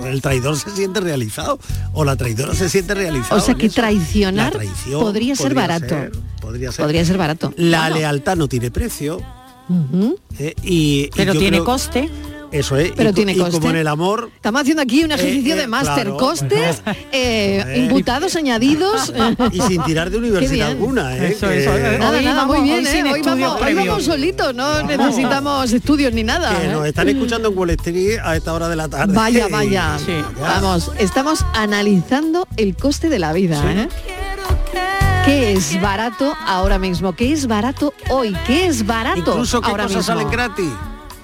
[SPEAKER 6] el traidor se siente realizado o la traidora se siente realizada.
[SPEAKER 2] O sea
[SPEAKER 6] en
[SPEAKER 2] que
[SPEAKER 6] eso.
[SPEAKER 2] traicionar
[SPEAKER 6] La traición
[SPEAKER 2] podría ser barato.
[SPEAKER 6] podría ser.
[SPEAKER 2] Podría ser barato.
[SPEAKER 6] La
[SPEAKER 2] Bueno.
[SPEAKER 6] lealtad no tiene precio
[SPEAKER 2] Ujú.
[SPEAKER 6] eh, y, y
[SPEAKER 2] Pero
[SPEAKER 6] yo
[SPEAKER 2] tiene
[SPEAKER 6] creo-
[SPEAKER 2] coste.
[SPEAKER 6] Eso es. y
[SPEAKER 2] Pero
[SPEAKER 6] co-
[SPEAKER 2] tiene
[SPEAKER 6] y
[SPEAKER 2] coste.
[SPEAKER 6] como en el amor
[SPEAKER 2] Estamos haciendo aquí un ejercicio
[SPEAKER 6] Eh, eh,
[SPEAKER 2] de máster.
[SPEAKER 6] claro,
[SPEAKER 2] Costes, eh,
[SPEAKER 6] Eh.
[SPEAKER 2] imputados añadidos.
[SPEAKER 6] y sin tirar de
[SPEAKER 2] eh. bien.
[SPEAKER 6] universidad alguna, ¿eh?
[SPEAKER 8] Eso, eso,
[SPEAKER 6] Que-
[SPEAKER 8] eh,
[SPEAKER 2] Nada,
[SPEAKER 8] Hoy
[SPEAKER 2] nada,
[SPEAKER 8] vamos-
[SPEAKER 2] muy bien,
[SPEAKER 8] hoy
[SPEAKER 2] ¿eh?
[SPEAKER 8] sin
[SPEAKER 2] Hoy
[SPEAKER 8] estudio
[SPEAKER 2] vamos, hoy
[SPEAKER 8] previo.
[SPEAKER 2] vamos solitos, no necesitamos estudios ni nada.
[SPEAKER 6] que
[SPEAKER 2] ¿eh?
[SPEAKER 6] nos están escuchando en Wall Street a esta hora de la tarde.
[SPEAKER 2] Vaya, vaya.
[SPEAKER 6] Sí.
[SPEAKER 2] Vamos, estamos analizando el coste de la vida.
[SPEAKER 6] Sí.
[SPEAKER 2] ¿eh? ¿Qué es barato ahora mismo? ¿Qué es barato hoy? ¿Qué es barato
[SPEAKER 6] Incluso que
[SPEAKER 2] ahora
[SPEAKER 6] cosas
[SPEAKER 2] mismo?
[SPEAKER 6] salen gratis.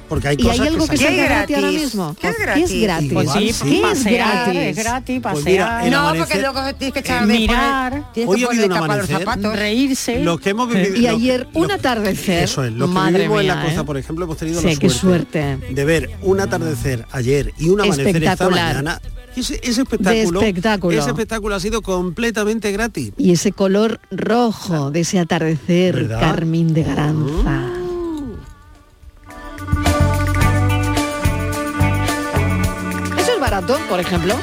[SPEAKER 6] Porque hay
[SPEAKER 2] ¿Y
[SPEAKER 6] cosas
[SPEAKER 2] hay algo que
[SPEAKER 6] salen
[SPEAKER 2] sale gratis ahora mismo?
[SPEAKER 7] ¿Qué es
[SPEAKER 2] Pues,
[SPEAKER 7] gratis?
[SPEAKER 2] ¿Qué es gratis?
[SPEAKER 6] Pues sí,
[SPEAKER 2] ¿Qué
[SPEAKER 8] pasear,
[SPEAKER 2] es gratis?
[SPEAKER 8] es gratis,
[SPEAKER 6] Pues mira,
[SPEAKER 8] pasear.
[SPEAKER 6] el
[SPEAKER 7] no,
[SPEAKER 6] amanecer-
[SPEAKER 7] porque luego tienes que echar
[SPEAKER 8] Eh,
[SPEAKER 7] de
[SPEAKER 8] mirar.
[SPEAKER 7] poner- tienes
[SPEAKER 6] Hoy
[SPEAKER 7] que
[SPEAKER 6] ha
[SPEAKER 7] poner
[SPEAKER 6] habido un
[SPEAKER 7] tapa los
[SPEAKER 6] amanecer.
[SPEAKER 7] zapatos.
[SPEAKER 8] Reírse.
[SPEAKER 6] Los que hemos vivido-
[SPEAKER 2] Y
[SPEAKER 6] los-
[SPEAKER 2] ayer un atardecer.
[SPEAKER 6] Eso es, los que
[SPEAKER 2] madre
[SPEAKER 6] vivimos en
[SPEAKER 2] mía,
[SPEAKER 6] la costa,
[SPEAKER 2] ¿eh?
[SPEAKER 6] por ejemplo, hemos tenido
[SPEAKER 2] Sí,
[SPEAKER 6] la
[SPEAKER 2] qué
[SPEAKER 6] suerte, de ver un atardecer ayer y un amanecer esta
[SPEAKER 2] Espectacular.
[SPEAKER 6] mañana. Y Ese, ese espectáculo,
[SPEAKER 2] De espectáculo.
[SPEAKER 6] ese espectáculo ha sido completamente gratis.
[SPEAKER 2] Y ese color rojo de ese atardecer,
[SPEAKER 6] ¿Verdad? Uh.
[SPEAKER 2] Carmín de Garanza. Eso es barato, por ejemplo.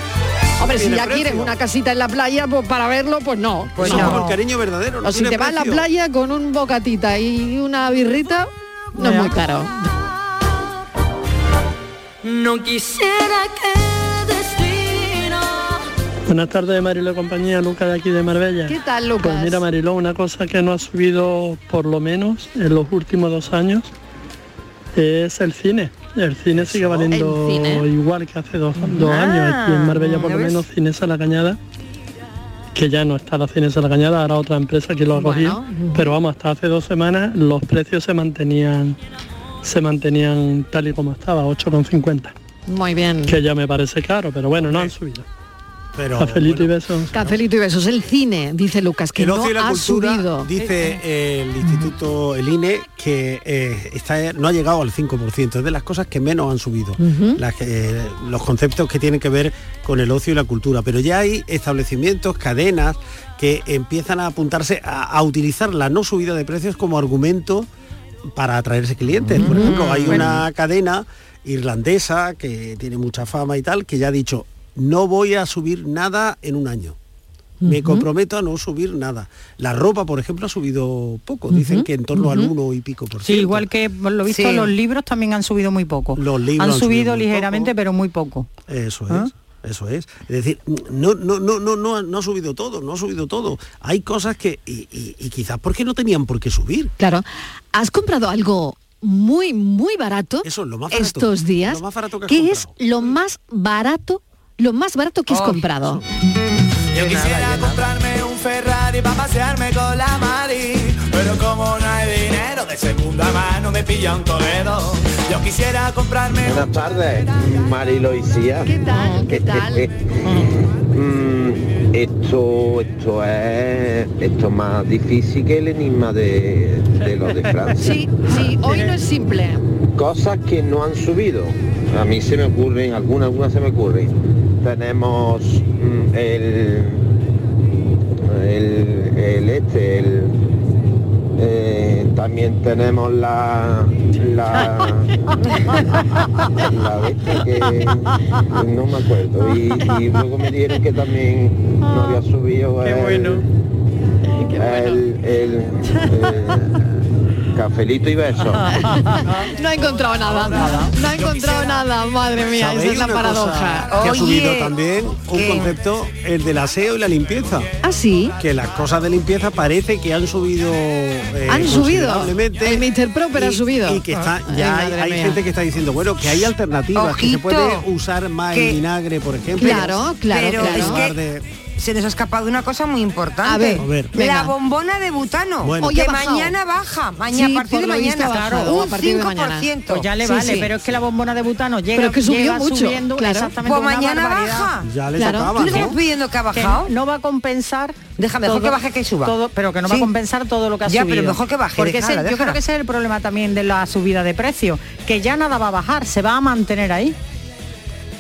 [SPEAKER 2] Hombre, si
[SPEAKER 6] tiene
[SPEAKER 2] ya
[SPEAKER 6] precio.
[SPEAKER 2] quieres una casita en la playa pues, para verlo, pues no.
[SPEAKER 6] Pues no, por cariño verdadero. no
[SPEAKER 2] O si
[SPEAKER 6] tiene
[SPEAKER 2] te vas a la
[SPEAKER 6] precio.
[SPEAKER 2] playa con un bocatita y una birrita, no es muy caro.
[SPEAKER 16] No quisiera que destino.
[SPEAKER 17] Buenas tardes, Marilo y compañía, Lucas de aquí de Marbella.
[SPEAKER 2] ¿Qué tal, Lucas?
[SPEAKER 17] Pues mira, Marilo, una cosa que no ha subido por lo menos en los últimos dos años es el cine. El cine sigue valiendo
[SPEAKER 18] El cine.
[SPEAKER 17] igual que hace dos, dos
[SPEAKER 18] Ah,
[SPEAKER 17] años. Aquí en Marbella por
[SPEAKER 18] ¿ya
[SPEAKER 17] lo
[SPEAKER 18] ves?
[SPEAKER 17] menos Cines a la Cañada, que ya no está la Cines a la Cañada, ahora otra empresa que lo ha cogido. Pero vamos, hasta hace dos semanas los precios se mantenían se mantenían tal y como estaba, 8,50.
[SPEAKER 2] Muy bien.
[SPEAKER 17] Que ya me parece caro, pero bueno, no han subido.
[SPEAKER 6] Pero,
[SPEAKER 17] Cafelito y besos.
[SPEAKER 2] Cafelito y besos. El cine, dice Lucas, que
[SPEAKER 6] el
[SPEAKER 2] no
[SPEAKER 6] ocio y la
[SPEAKER 2] ha
[SPEAKER 6] cultura
[SPEAKER 2] subido.
[SPEAKER 6] dice eh, el instituto el INE que eh, está no ha llegado al 5% es de las cosas que menos han subido
[SPEAKER 2] Ujú.
[SPEAKER 6] las que- eh, los conceptos que tienen que ver con el ocio y la cultura pero ya hay establecimientos cadenas que empiezan a apuntarse a, a utilizar la no subida de precios como argumento para atraerse clientes por ejemplo hay una cadena irlandesa que tiene mucha fama y tal que ya ha dicho no voy a subir nada en un año me comprometo a no subir nada. La ropa, por ejemplo, ha subido poco. Dicen que en torno al uno y pico por
[SPEAKER 8] Sí,
[SPEAKER 6] ciento.
[SPEAKER 8] igual que por lo visto
[SPEAKER 6] Sí.
[SPEAKER 8] los libros también han subido muy poco.
[SPEAKER 6] Los libros
[SPEAKER 8] han
[SPEAKER 6] han
[SPEAKER 8] subido
[SPEAKER 6] subido muy
[SPEAKER 8] ligeramente, pero muy poco.
[SPEAKER 6] Eso
[SPEAKER 8] ¿Ah?
[SPEAKER 6] es. Eso es. Es decir, no, no, no, no, no, ha- no ha subido todo, no ha subido todo. Hay cosas que, y, y- y quizás porque no tenían por qué subir.
[SPEAKER 2] Claro. ¿Has comprado algo muy, muy barato,
[SPEAKER 6] Eso es lo más barato.
[SPEAKER 2] estos días?
[SPEAKER 6] Lo más barato que has
[SPEAKER 2] ¿Qué es lo más barato, lo más barato que has comprado?
[SPEAKER 4] Yo quisiera comprarme un Ferrari para pasearme con la Mari Pero como no hay dinero de segunda mano me pilla un Toledo Yo quisiera comprarme
[SPEAKER 19] Buenas tardes, Marilo y Sia.
[SPEAKER 2] ¿Qué tal? ¿Qué tal?
[SPEAKER 19] Mm, esto, esto es esto es más difícil que el enigma de, de los de Francia.
[SPEAKER 2] Sí, sí, hoy no es simple.
[SPEAKER 19] Cosas que no han subido. A mí se me ocurren, algunas, algunas se me ocurren. Tenemos mm, el, el, el este, el, eh, también también tenemos la, la, la de esta que no me acuerdo. Y, y luego me dijeron que también no había subido el, el, el- el cafelito y beso.
[SPEAKER 2] No ha encontrado nada. No ha encontrado nada, madre mía, esa
[SPEAKER 6] ¿Sabéis
[SPEAKER 2] es la
[SPEAKER 6] una cosa
[SPEAKER 2] paradoja.
[SPEAKER 6] Que ha subido
[SPEAKER 2] Oye,
[SPEAKER 6] también un
[SPEAKER 2] ¿qué?
[SPEAKER 6] concepto, el del aseo y la limpieza.
[SPEAKER 2] Ah, sí.
[SPEAKER 6] Que las cosas de limpieza parece que han subido. eh,
[SPEAKER 2] Han subido.
[SPEAKER 6] considerablemente.
[SPEAKER 2] El Mr. Proper ha
[SPEAKER 6] Y-
[SPEAKER 2] subido.
[SPEAKER 6] Y que está,
[SPEAKER 2] Ay,
[SPEAKER 6] ya hay,
[SPEAKER 2] madre
[SPEAKER 6] hay
[SPEAKER 2] mía.
[SPEAKER 6] gente que está diciendo, bueno, que hay alternativas, que se
[SPEAKER 7] Ojito,
[SPEAKER 6] puede usar más
[SPEAKER 7] que-
[SPEAKER 6] el vinagre, por ejemplo.
[SPEAKER 7] pero
[SPEAKER 6] En
[SPEAKER 7] es
[SPEAKER 6] lugar
[SPEAKER 7] que
[SPEAKER 6] de-
[SPEAKER 7] se nos ha escapado una cosa muy importante.
[SPEAKER 6] A ver, A ver.
[SPEAKER 7] la
[SPEAKER 6] venga.
[SPEAKER 7] bombona de butano,
[SPEAKER 8] Bueno. Hoy
[SPEAKER 7] que
[SPEAKER 8] ha bajado.
[SPEAKER 7] mañana baja, mañana
[SPEAKER 8] Sí,
[SPEAKER 7] a partir
[SPEAKER 8] por
[SPEAKER 7] de
[SPEAKER 8] lo visto
[SPEAKER 7] mañana,
[SPEAKER 8] ha bajado,
[SPEAKER 7] un
[SPEAKER 8] a partir de
[SPEAKER 7] 5%.
[SPEAKER 8] mañana. Pues ya le vale, pero es que la bombona de butano llega,
[SPEAKER 7] Pero es que subió
[SPEAKER 8] llega
[SPEAKER 7] mucho,
[SPEAKER 8] subiendo
[SPEAKER 7] claro.
[SPEAKER 8] exactamente
[SPEAKER 7] Pues
[SPEAKER 8] una
[SPEAKER 7] mañana
[SPEAKER 8] barbaridad.
[SPEAKER 7] baja. Ya le Claro. tocaba, ¿Tú le estás ¿no? pidiendo que ha bajado?
[SPEAKER 8] no va a compensar.
[SPEAKER 7] Déjame, mejor que baje que suba.
[SPEAKER 8] todo- pero que no va a
[SPEAKER 7] Sí.
[SPEAKER 8] compensar todo lo que ha
[SPEAKER 7] Ya,
[SPEAKER 8] subido.
[SPEAKER 7] pero mejor que baje,
[SPEAKER 8] Porque ese-
[SPEAKER 7] déjala,
[SPEAKER 8] yo
[SPEAKER 7] déjala.
[SPEAKER 8] creo que ese es el problema también de la subida de precio, que ya nada va a bajar, se va a mantener ahí.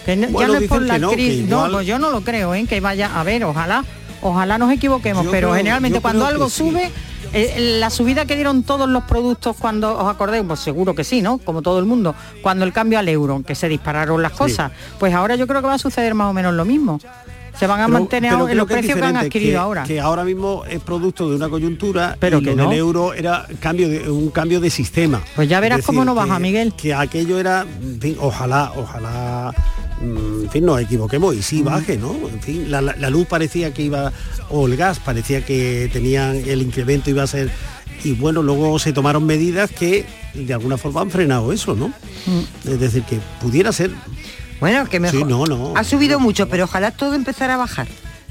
[SPEAKER 8] Que no-
[SPEAKER 6] Bueno,
[SPEAKER 8] ya no es por
[SPEAKER 6] dicen
[SPEAKER 8] la
[SPEAKER 6] que no, que
[SPEAKER 8] crisis. No,
[SPEAKER 6] igual-
[SPEAKER 8] pues yo no lo creo, ¿eh? que vaya a ver, ojalá, ojalá nos equivoquemos,
[SPEAKER 6] Yo
[SPEAKER 8] pero
[SPEAKER 6] creo-
[SPEAKER 8] generalmente
[SPEAKER 6] yo
[SPEAKER 8] cuando
[SPEAKER 6] creo
[SPEAKER 8] algo
[SPEAKER 6] que sí.
[SPEAKER 8] sube, eh, la subida que dieron todos los productos cuando os acordáis, pues seguro que sí, ¿no? Como todo el mundo, cuando el cambio al euro, que se dispararon las cosas, pues ahora yo creo que va a suceder más o menos lo mismo. Se van a
[SPEAKER 6] Pero-
[SPEAKER 8] mantener
[SPEAKER 6] pero
[SPEAKER 8] ahora en
[SPEAKER 6] creo
[SPEAKER 8] los
[SPEAKER 6] que es
[SPEAKER 8] precios que han
[SPEAKER 6] diferente,
[SPEAKER 8] adquirido
[SPEAKER 6] que-
[SPEAKER 8] ahora.
[SPEAKER 6] Que ahora mismo es producto de una coyuntura, pero
[SPEAKER 8] Pero que
[SPEAKER 6] que
[SPEAKER 8] no.
[SPEAKER 6] del euro era cambio de, un cambio de sistema.
[SPEAKER 8] Pues ya verás
[SPEAKER 6] Es
[SPEAKER 8] cómo no
[SPEAKER 6] que-
[SPEAKER 8] baja, Miguel.
[SPEAKER 6] Que aquello era, en fin, ojalá, ojalá, mm, en fin, nos equivoquemos y sí baje, ¿no? En fin, la, la- la luz parecía que iba, o el gas parecía que tenían el incremento iba a ser, y bueno, luego se tomaron medidas que de alguna forma han frenado eso, ¿no? Es decir, que pudiera ser.
[SPEAKER 7] Bueno, que mejor.
[SPEAKER 6] Sí, no, no.
[SPEAKER 7] Ha subido mucho, pero ojalá todo empezara a bajar.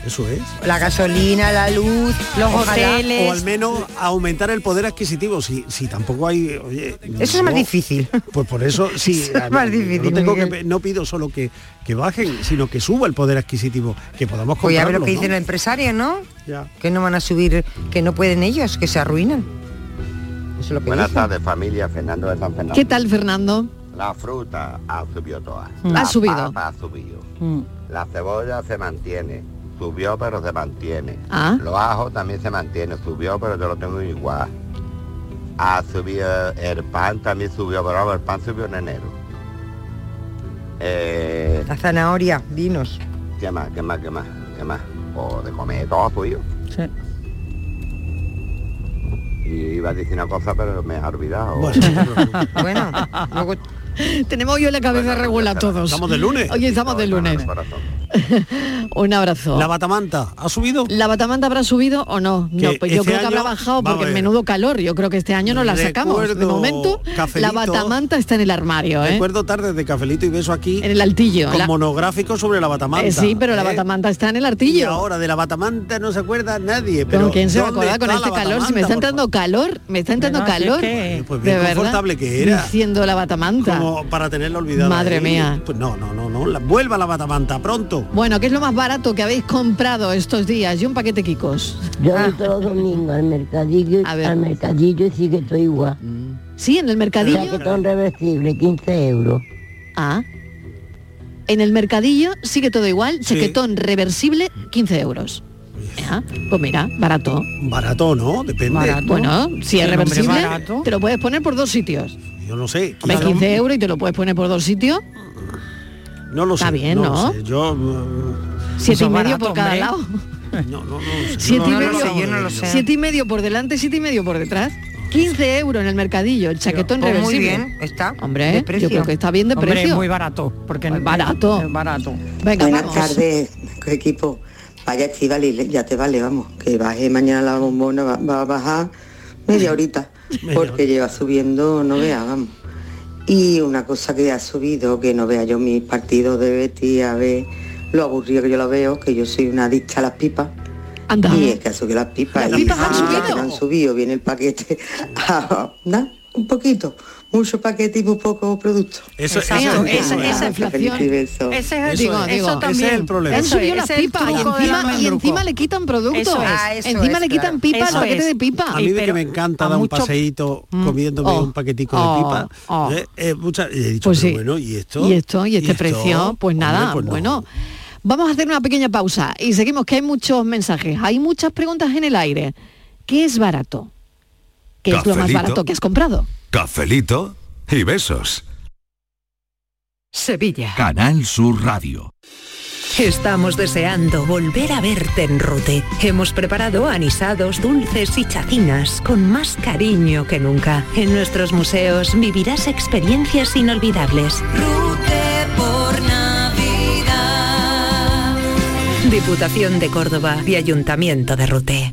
[SPEAKER 6] Eso es.
[SPEAKER 7] La gasolina, la luz, los hoteles.
[SPEAKER 6] O al menos aumentar el poder adquisitivo, si, si tampoco hay... oye,
[SPEAKER 7] Eso es más difícil.
[SPEAKER 6] Pues por eso, sí.
[SPEAKER 7] Eso es más
[SPEAKER 6] no
[SPEAKER 7] difícil,
[SPEAKER 6] tengo que-
[SPEAKER 7] Miguel.
[SPEAKER 6] no pido solo que, que bajen, sino que suba el poder adquisitivo, que podamos
[SPEAKER 7] Pues ya
[SPEAKER 6] comprarlo.
[SPEAKER 7] ver lo que
[SPEAKER 6] ¿no?
[SPEAKER 7] dicen los empresarios, ¿no?
[SPEAKER 6] Ya.
[SPEAKER 7] Que no van a subir, que no pueden ellos, que se arruinan.
[SPEAKER 18] Buenas tardes familia, Fernando de San Fernando.
[SPEAKER 2] ¿Qué tal, Fernando?
[SPEAKER 18] La fruta ha subido todas.
[SPEAKER 2] Mm.
[SPEAKER 18] La
[SPEAKER 2] Ha subido.
[SPEAKER 18] papa ha subido. La cebolla se mantiene. Subió pero se mantiene.
[SPEAKER 2] Ah.
[SPEAKER 18] Los ajos también se mantiene. Subió pero yo lo tengo igual. Ha subido el pan también subió, pero el pan subió en enero. Eh,
[SPEAKER 7] La zanahoria, dinos.
[SPEAKER 18] ¿Qué más? ¿Qué más? ¿Qué más? ¿Qué más? O de comer todo ha subido. Y iba a decir una cosa pero me ha olvidado.
[SPEAKER 7] bueno,
[SPEAKER 2] Tenemos hoy en la cabeza regular todos.
[SPEAKER 6] Estamos de lunes.
[SPEAKER 2] Hoy estamos de lunes. Un abrazo.
[SPEAKER 6] La batamanta, ¿ha subido?
[SPEAKER 2] ¿La batamanta habrá subido o no?
[SPEAKER 6] Que
[SPEAKER 2] No, pues yo
[SPEAKER 6] este
[SPEAKER 2] creo que habrá
[SPEAKER 6] año-
[SPEAKER 2] bajado
[SPEAKER 6] vamos
[SPEAKER 2] porque
[SPEAKER 6] a ver.
[SPEAKER 2] menudo calor. Yo creo que este año no la sacamos. De
[SPEAKER 6] Recuerdo,
[SPEAKER 2] momento, la
[SPEAKER 6] cafelito.
[SPEAKER 2] batamanta está en el armario, ¿eh?
[SPEAKER 6] Recuerdo tardes de cafelito y beso aquí. En
[SPEAKER 2] el altillo.
[SPEAKER 6] Con
[SPEAKER 2] la-
[SPEAKER 6] monográfico sobre la batamanta.
[SPEAKER 2] Eh, sí, pero la
[SPEAKER 6] ¿eh?
[SPEAKER 2] batamanta está en el
[SPEAKER 6] Y
[SPEAKER 2] artillo.
[SPEAKER 6] ahora de la batamanta no se acuerda nadie.
[SPEAKER 2] ¿Con
[SPEAKER 6] Pero
[SPEAKER 2] quién se va a
[SPEAKER 6] ¿dónde
[SPEAKER 2] acordar con
[SPEAKER 6] está
[SPEAKER 2] este
[SPEAKER 6] la
[SPEAKER 2] calor? Si
[SPEAKER 6] batamanta,
[SPEAKER 2] me está
[SPEAKER 6] por
[SPEAKER 2] entrando calor, me está entrando
[SPEAKER 6] Bueno, así es
[SPEAKER 2] calor.
[SPEAKER 6] que- Pues bien
[SPEAKER 2] de verdad,
[SPEAKER 6] confortable que era.
[SPEAKER 2] Diciendo la batamanta.
[SPEAKER 6] como para tenerla olvidada.
[SPEAKER 2] Madre
[SPEAKER 6] ahí.
[SPEAKER 2] mía.
[SPEAKER 6] Pues no, no, no, no. la- vuelva la batamanta pronto.
[SPEAKER 2] Bueno, ¿qué es lo más barato que habéis comprado estos días? Y un paquete Kikos.
[SPEAKER 20] Yo voy todos los domingos al mercadillo, al mercadillo y sí que estoy igual.
[SPEAKER 2] Mm. Sí, en el mercadillo.
[SPEAKER 20] Chaquetón reversible, 15 euros.
[SPEAKER 2] Ah. En el mercadillo sigue todo igual, chaquetón reversible, 15 euros. Mira, pues mira, barato.
[SPEAKER 6] Barato, ¿no? Depende.
[SPEAKER 2] Bueno, si es
[SPEAKER 6] Sí, hombre,
[SPEAKER 2] reversible, Pues
[SPEAKER 6] barato.
[SPEAKER 2] te lo puedes poner por dos sitios.
[SPEAKER 6] Yo no sé.
[SPEAKER 2] Hombre,
[SPEAKER 6] quizá no-
[SPEAKER 2] 15 euros y te lo puedes poner por dos sitios.
[SPEAKER 6] No lo sé.
[SPEAKER 2] Está bien,
[SPEAKER 6] lo
[SPEAKER 2] ¿no?
[SPEAKER 6] sé, Yo. uh,
[SPEAKER 2] Siete y medio por cada lado.
[SPEAKER 6] No, no, no.
[SPEAKER 2] Siete y
[SPEAKER 6] no
[SPEAKER 2] medio.
[SPEAKER 6] lo sé, yo no lo sé.
[SPEAKER 2] Siete y medio por delante, siete y medio por detrás. 15 euros en el mercadillo, el chaquetón
[SPEAKER 7] Pues muy
[SPEAKER 2] reversible.
[SPEAKER 7] bien, está.
[SPEAKER 2] Hombre,
[SPEAKER 7] de
[SPEAKER 2] yo
[SPEAKER 7] precio.
[SPEAKER 2] creo que está bien de
[SPEAKER 7] Hombre,
[SPEAKER 2] precio.
[SPEAKER 7] muy
[SPEAKER 8] barato, porque
[SPEAKER 2] es barato.
[SPEAKER 8] barato.
[SPEAKER 2] Venga,
[SPEAKER 21] Buenas
[SPEAKER 2] vamos.
[SPEAKER 21] tardes, equipo. Vaya Estivali, ya te vale, vamos, que baje mañana la bombona, va, va a bajar media horita, porque lleva subiendo, no vea, vamos. Y una cosa que ha subido, que no vea yo mis partidos de Betty, a ver lo aburrido que yo lo veo, que yo soy una adicta a las pipas. Y es que ha subido las pipas.
[SPEAKER 22] ¿Las
[SPEAKER 21] y
[SPEAKER 22] pipas han
[SPEAKER 21] resulta
[SPEAKER 22] subido?
[SPEAKER 21] que no han subido, viene el paquete. a- nada, Un poquito, mucho paquete y muy poco producto.
[SPEAKER 6] Eso-
[SPEAKER 21] es
[SPEAKER 6] eso es el Esa- problema. esa inflación.
[SPEAKER 21] es-
[SPEAKER 2] digo,
[SPEAKER 21] eso
[SPEAKER 2] digo,
[SPEAKER 6] Ese
[SPEAKER 21] también.
[SPEAKER 6] es el problema.
[SPEAKER 2] Han
[SPEAKER 6] Eso
[SPEAKER 2] subido
[SPEAKER 6] es,
[SPEAKER 2] las
[SPEAKER 6] ese es el
[SPEAKER 2] pipas y
[SPEAKER 6] truco del
[SPEAKER 2] encima, y
[SPEAKER 6] almendruco.
[SPEAKER 2] encima le quitan productos.
[SPEAKER 6] Eso es. Ah, eso
[SPEAKER 2] encima
[SPEAKER 6] es,
[SPEAKER 2] le
[SPEAKER 6] claro.
[SPEAKER 2] quitan pipa,
[SPEAKER 6] Eso
[SPEAKER 2] el paquete
[SPEAKER 6] es.
[SPEAKER 2] de pipa.
[SPEAKER 6] A mí de que me encanta dar un paseíto comiéndome
[SPEAKER 2] Oh,
[SPEAKER 6] un paquetico
[SPEAKER 2] oh,
[SPEAKER 6] de pipa. eh, eh, mucha- y he dicho,
[SPEAKER 2] Pues
[SPEAKER 6] pero
[SPEAKER 2] sí.
[SPEAKER 6] bueno, ¿y esto?
[SPEAKER 2] Y esto, y este precio, pues
[SPEAKER 6] Hombre,
[SPEAKER 2] nada,
[SPEAKER 6] pues no.
[SPEAKER 2] bueno. Vamos a hacer una pequeña pausa y seguimos que hay muchos mensajes, hay muchas preguntas en el aire. ¿Qué es barato? que es lo más
[SPEAKER 1] Cafelito.
[SPEAKER 2] barato que has comprado.
[SPEAKER 1] Cafelito y besos.
[SPEAKER 3] Sevilla.
[SPEAKER 1] Canal Sur Radio.
[SPEAKER 3] Estamos deseando volver a verte en Rute. Hemos preparado anisados, dulces y chacinas con más cariño que nunca. En nuestros museos vivirás experiencias inolvidables.
[SPEAKER 16] por Navidad.
[SPEAKER 3] Diputación de Córdoba y Ayuntamiento de Rute.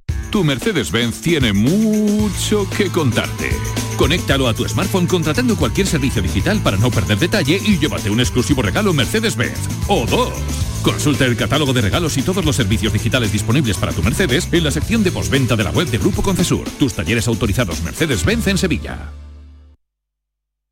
[SPEAKER 22] Tu Mercedes-Benz tiene mucho que contarte. Conéctalo a tu smartphone contratando cualquier servicio digital para no perder detalle y llévate un exclusivo regalo Mercedes-Benz o dos. Consulta el catálogo de regalos y todos los servicios digitales disponibles para tu Mercedes en la sección de postventa de la web de Grupo Concesur, tus talleres autorizados Mercedes-Benz en Sevilla.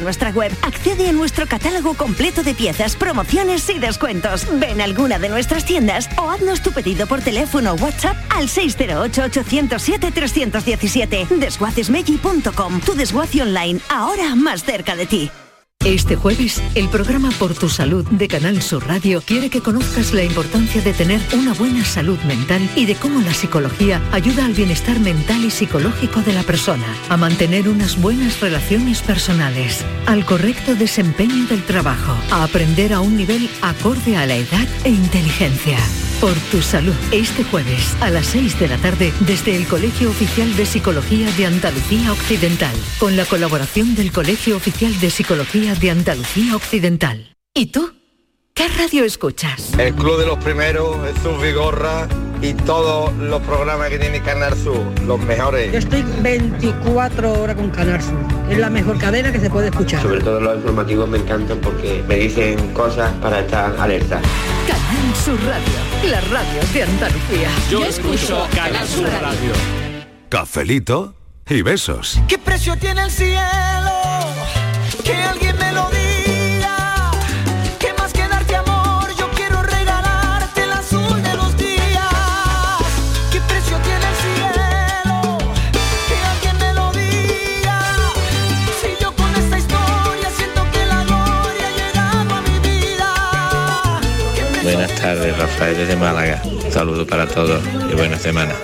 [SPEAKER 23] nuestra web. Accede a nuestro catálogo completo de piezas, promociones y descuentos. Ven a alguna de nuestras tiendas o haznos tu pedido por teléfono o WhatsApp al 608-807-317. Desguacesmeggi.com. Tu desguace online. Ahora más cerca de ti.
[SPEAKER 24] Este jueves, el programa Por tu Salud de Canal Sur Radio quiere que conozcas la importancia de tener una buena salud mental y de cómo la psicología ayuda al bienestar mental y psicológico de la persona, a mantener unas buenas relaciones personales, al correcto desempeño del trabajo, a aprender a un nivel acorde a la edad e inteligencia. Por tu salud, este jueves a las 6 de la tarde desde el Colegio Oficial de Psicología de Andalucía Occidental, con la colaboración del Colegio Oficial de Psicología de Andalucía Occidental. ¿Y tú? ¿Qué radio escuchas?
[SPEAKER 19] El Club de los Primeros, Jesús Vigorra y todos los programas que tiene Canal Sur, los mejores.
[SPEAKER 25] estoy 24 horas con Canal Sur. Es la mejor cadena que se puede escuchar.
[SPEAKER 19] Sobre todo los informativos me encantan porque me dicen cosas para estar alerta.
[SPEAKER 24] Canal Sur Radio, la radio de Andalucía.
[SPEAKER 22] Yo escucho Canal Sur Radio.
[SPEAKER 1] Cafelito y besos.
[SPEAKER 26] ¿Qué precio tiene el cielo? Que alguien me lo diga. ¿Qué más que darte amor? Yo quiero regalarte el azul de los días. ¿Qué precio tiene el cielo? Que alguien me lo diga. Si yo con esta historia siento que la gloria ha llegado a mi vida.
[SPEAKER 27] Buenas tardes, Rafael desde Málaga. Un saludo para todos y buena semana.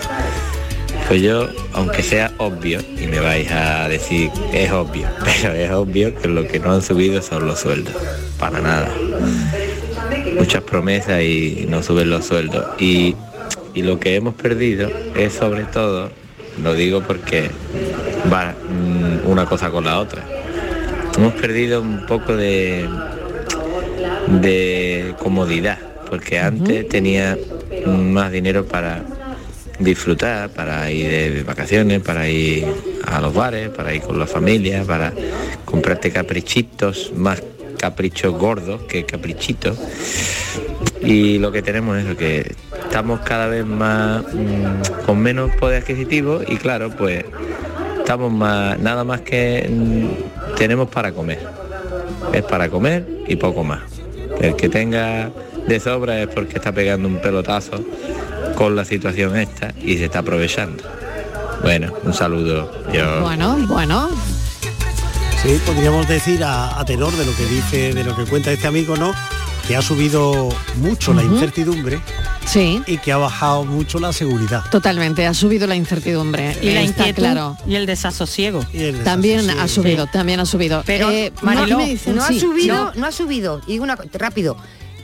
[SPEAKER 27] Pues yo, aunque sea obvio, y me vais a decir, es obvio, pero es obvio que lo que no han subido son los sueldos. Para nada. Muchas promesas y no suben los sueldos. Y, y lo que hemos perdido es sobre todo, lo digo porque va mm, una cosa con la otra. Hemos perdido un poco de, de comodidad, porque antes tenía más dinero para disfrutar, para ir de vacaciones, para ir a los bares, para ir con la familia, para comprarte caprichitos, más caprichos gordos que caprichitos. Y lo que tenemos es lo que estamos cada vez más mm, con menos poder adquisitivo y claro, pues estamos más nada más que mm, tenemos para comer. Es para comer y poco más. El que tenga de sobra es porque está pegando un pelotazo con la situación esta y se está aprovechando. Bueno, un saludo. Yo
[SPEAKER 2] Bueno, bueno.
[SPEAKER 6] Sí, podríamos decir a, a tenor de lo que dice, de lo que cuenta este amigo, ¿no? Que ha subido mucho la
[SPEAKER 2] Ujú.
[SPEAKER 6] incertidumbre
[SPEAKER 2] Sí.
[SPEAKER 6] y que ha bajado mucho la seguridad.
[SPEAKER 2] Totalmente, ha subido la incertidumbre.
[SPEAKER 8] Y la
[SPEAKER 2] está
[SPEAKER 8] inquietud
[SPEAKER 2] claro.
[SPEAKER 8] y el desasosiego.
[SPEAKER 2] También ha subido, también ha subido.
[SPEAKER 8] Pero,
[SPEAKER 2] Eh,
[SPEAKER 8] Mariló,
[SPEAKER 2] me dicen,
[SPEAKER 7] no ha
[SPEAKER 2] sí,
[SPEAKER 7] subido,
[SPEAKER 2] no.
[SPEAKER 7] no ha subido. Y digo una co- rápido.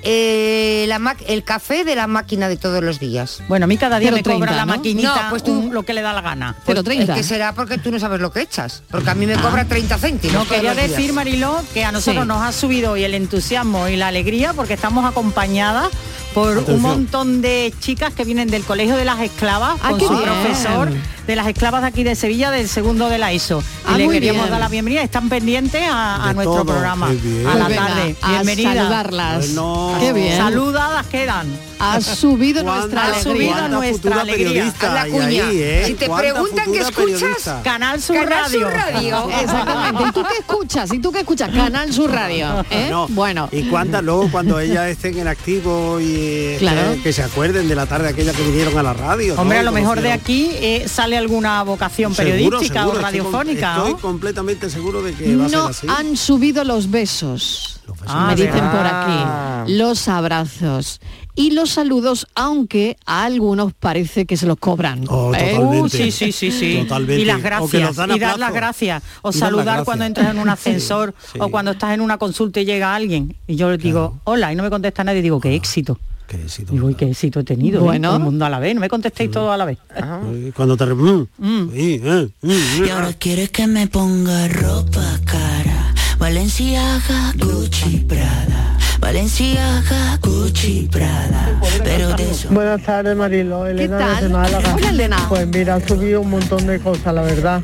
[SPEAKER 7] eh, la ma- el café de la máquina de todos los días.
[SPEAKER 8] Bueno, a mí cada día me
[SPEAKER 7] 0,30,
[SPEAKER 8] cobra la
[SPEAKER 7] ¿no?
[SPEAKER 8] maquinita
[SPEAKER 7] No, pues tú-
[SPEAKER 8] un- lo que le da la gana.
[SPEAKER 7] Pues Es que será porque tú no sabes lo que echas. Porque a mí me cobra 30 céntimos.
[SPEAKER 8] No, quería
[SPEAKER 7] todos los días.
[SPEAKER 8] decir, Mariló, que a nosotros
[SPEAKER 7] Sí.
[SPEAKER 8] nos ha subido hoy el entusiasmo y la alegría porque estamos acompañadas por
[SPEAKER 7] Atención.
[SPEAKER 8] un montón de chicas que vienen del Colegio de las Esclavas
[SPEAKER 2] Ah,
[SPEAKER 8] con
[SPEAKER 2] qué
[SPEAKER 8] su
[SPEAKER 2] bien.
[SPEAKER 8] profesor de las esclavas de aquí de Sevilla del segundo de la ISO.
[SPEAKER 2] Ah,
[SPEAKER 8] y le
[SPEAKER 2] muy
[SPEAKER 8] queríamos
[SPEAKER 2] bien.
[SPEAKER 8] dar la bienvenida. Están pendientes a, a
[SPEAKER 2] De
[SPEAKER 8] nuestro
[SPEAKER 2] todo,
[SPEAKER 8] programa,
[SPEAKER 2] qué bien.
[SPEAKER 8] a la
[SPEAKER 2] Pues venga,
[SPEAKER 8] tarde.
[SPEAKER 2] a
[SPEAKER 8] Bienvenida.
[SPEAKER 2] saludarlas. Bueno. Qué bien.
[SPEAKER 8] Saludadas quedan.
[SPEAKER 2] Ha subido nuestra
[SPEAKER 8] Ha subido
[SPEAKER 2] alegría.
[SPEAKER 8] nuestra alegría.
[SPEAKER 2] A la cuña.
[SPEAKER 8] Si te preguntan qué escuchas, Canal Sur Radio.
[SPEAKER 2] Exactamente. ¿Y tú qué escuchas? ¿Y tú qué escuchas? Canal Sur Radio. ¿eh?
[SPEAKER 6] No.
[SPEAKER 2] Bueno.
[SPEAKER 6] Y cuántas luego cuando ellas estén en activo y eh,
[SPEAKER 2] Claro.
[SPEAKER 6] que, que se acuerden de la tarde aquella que vinieron a la radio. ¿no?
[SPEAKER 8] Hombre, a
[SPEAKER 6] Y
[SPEAKER 8] lo mejor de
[SPEAKER 6] conocieron-
[SPEAKER 8] aquí eh, sale alguna vocación
[SPEAKER 6] Seguro,
[SPEAKER 8] periodística
[SPEAKER 6] seguro,
[SPEAKER 8] o
[SPEAKER 6] estoy con-
[SPEAKER 8] radiofónica.
[SPEAKER 6] Estoy,
[SPEAKER 8] ¿no? Eh,
[SPEAKER 6] completamente seguro de que va a ser
[SPEAKER 2] No
[SPEAKER 6] así.
[SPEAKER 2] han subido los besos.
[SPEAKER 6] Ah,
[SPEAKER 2] me dicen por
[SPEAKER 6] ¿verdad?
[SPEAKER 2] aquí. Los abrazos y los saludos, aunque a algunos parece que se los cobran. ¿eh?
[SPEAKER 8] Uh, sí, sí, sí, sí. Y las gracias. Y dar las gracias. O
[SPEAKER 2] Y dar las
[SPEAKER 8] saludar
[SPEAKER 2] gracias.
[SPEAKER 8] cuando entras en un ascensor o cuando estás en una consulta y llega alguien. Y yo le digo, hola, y no me contesta nadie. Digo, qué éxito.
[SPEAKER 6] Ah, Qué éxito.
[SPEAKER 8] Digo, "Uy, qué éxito he tenido. ¿eh?
[SPEAKER 6] Bueno.
[SPEAKER 8] Todo el mundo a la vez. No me contestéis todo a la vez.
[SPEAKER 6] Y Cuando te re- mm, y, eh, mm,
[SPEAKER 5] Y ahora quieres que me ponga ropa cara. Valenciaga, Gucci, Prada. Valenciaga, Gucci, Prada. Pero de eso.
[SPEAKER 9] Buenas tardes, Marilo. Elena desde Málaga. Pues mira, han subido un montón de cosas, la verdad.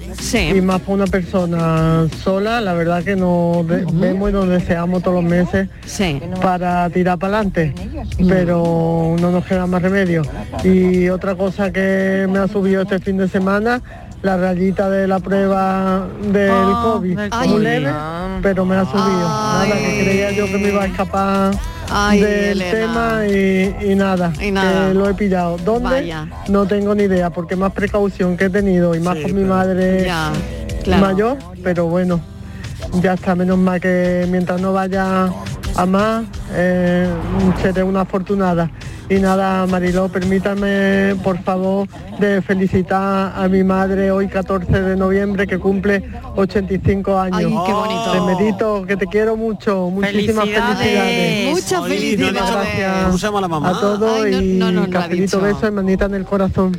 [SPEAKER 9] Y más para una persona sola, la verdad que nos de- vemos y nos deseamos todos los meses para tirar para adelante. Pero no nos queda más remedio. Y otra cosa que me ha subido este fin de semana, la rayita de la prueba del
[SPEAKER 5] Ah,
[SPEAKER 9] COVID.
[SPEAKER 5] del
[SPEAKER 9] Muy
[SPEAKER 5] COVID.
[SPEAKER 9] leve, pero me ha subido. Nada, que creía yo que me iba a escapar
[SPEAKER 5] Ay,
[SPEAKER 9] del
[SPEAKER 5] Elena.
[SPEAKER 9] tema y, y nada,
[SPEAKER 5] nada.
[SPEAKER 9] que lo he pillado. ¿Dónde?
[SPEAKER 5] Vaya.
[SPEAKER 9] No tengo ni idea, porque más precaución que he tenido y más con mi madre
[SPEAKER 5] Ya, claro.
[SPEAKER 9] mayor, pero bueno, ya está, menos mal que mientras no vaya a más, eh, seré una afortunada. Y nada, Mariló, permítame, por favor, de felicitar a mi madre hoy 14 de noviembre, que cumple 85 años.
[SPEAKER 2] Ay, qué bonito.
[SPEAKER 9] Te merito, que te quiero mucho, muchísimas
[SPEAKER 2] Felicidades.
[SPEAKER 9] felicidades.
[SPEAKER 2] Muchas Ay, no le he dicho felicidades. nada.
[SPEAKER 9] Gracias
[SPEAKER 2] ¿Cómo se llama la mamá?
[SPEAKER 9] A todos
[SPEAKER 2] Ay, no-
[SPEAKER 9] y
[SPEAKER 2] no, no, no la ha
[SPEAKER 9] cafelito,
[SPEAKER 2] dicho.
[SPEAKER 9] beso, hermanita en el corazón.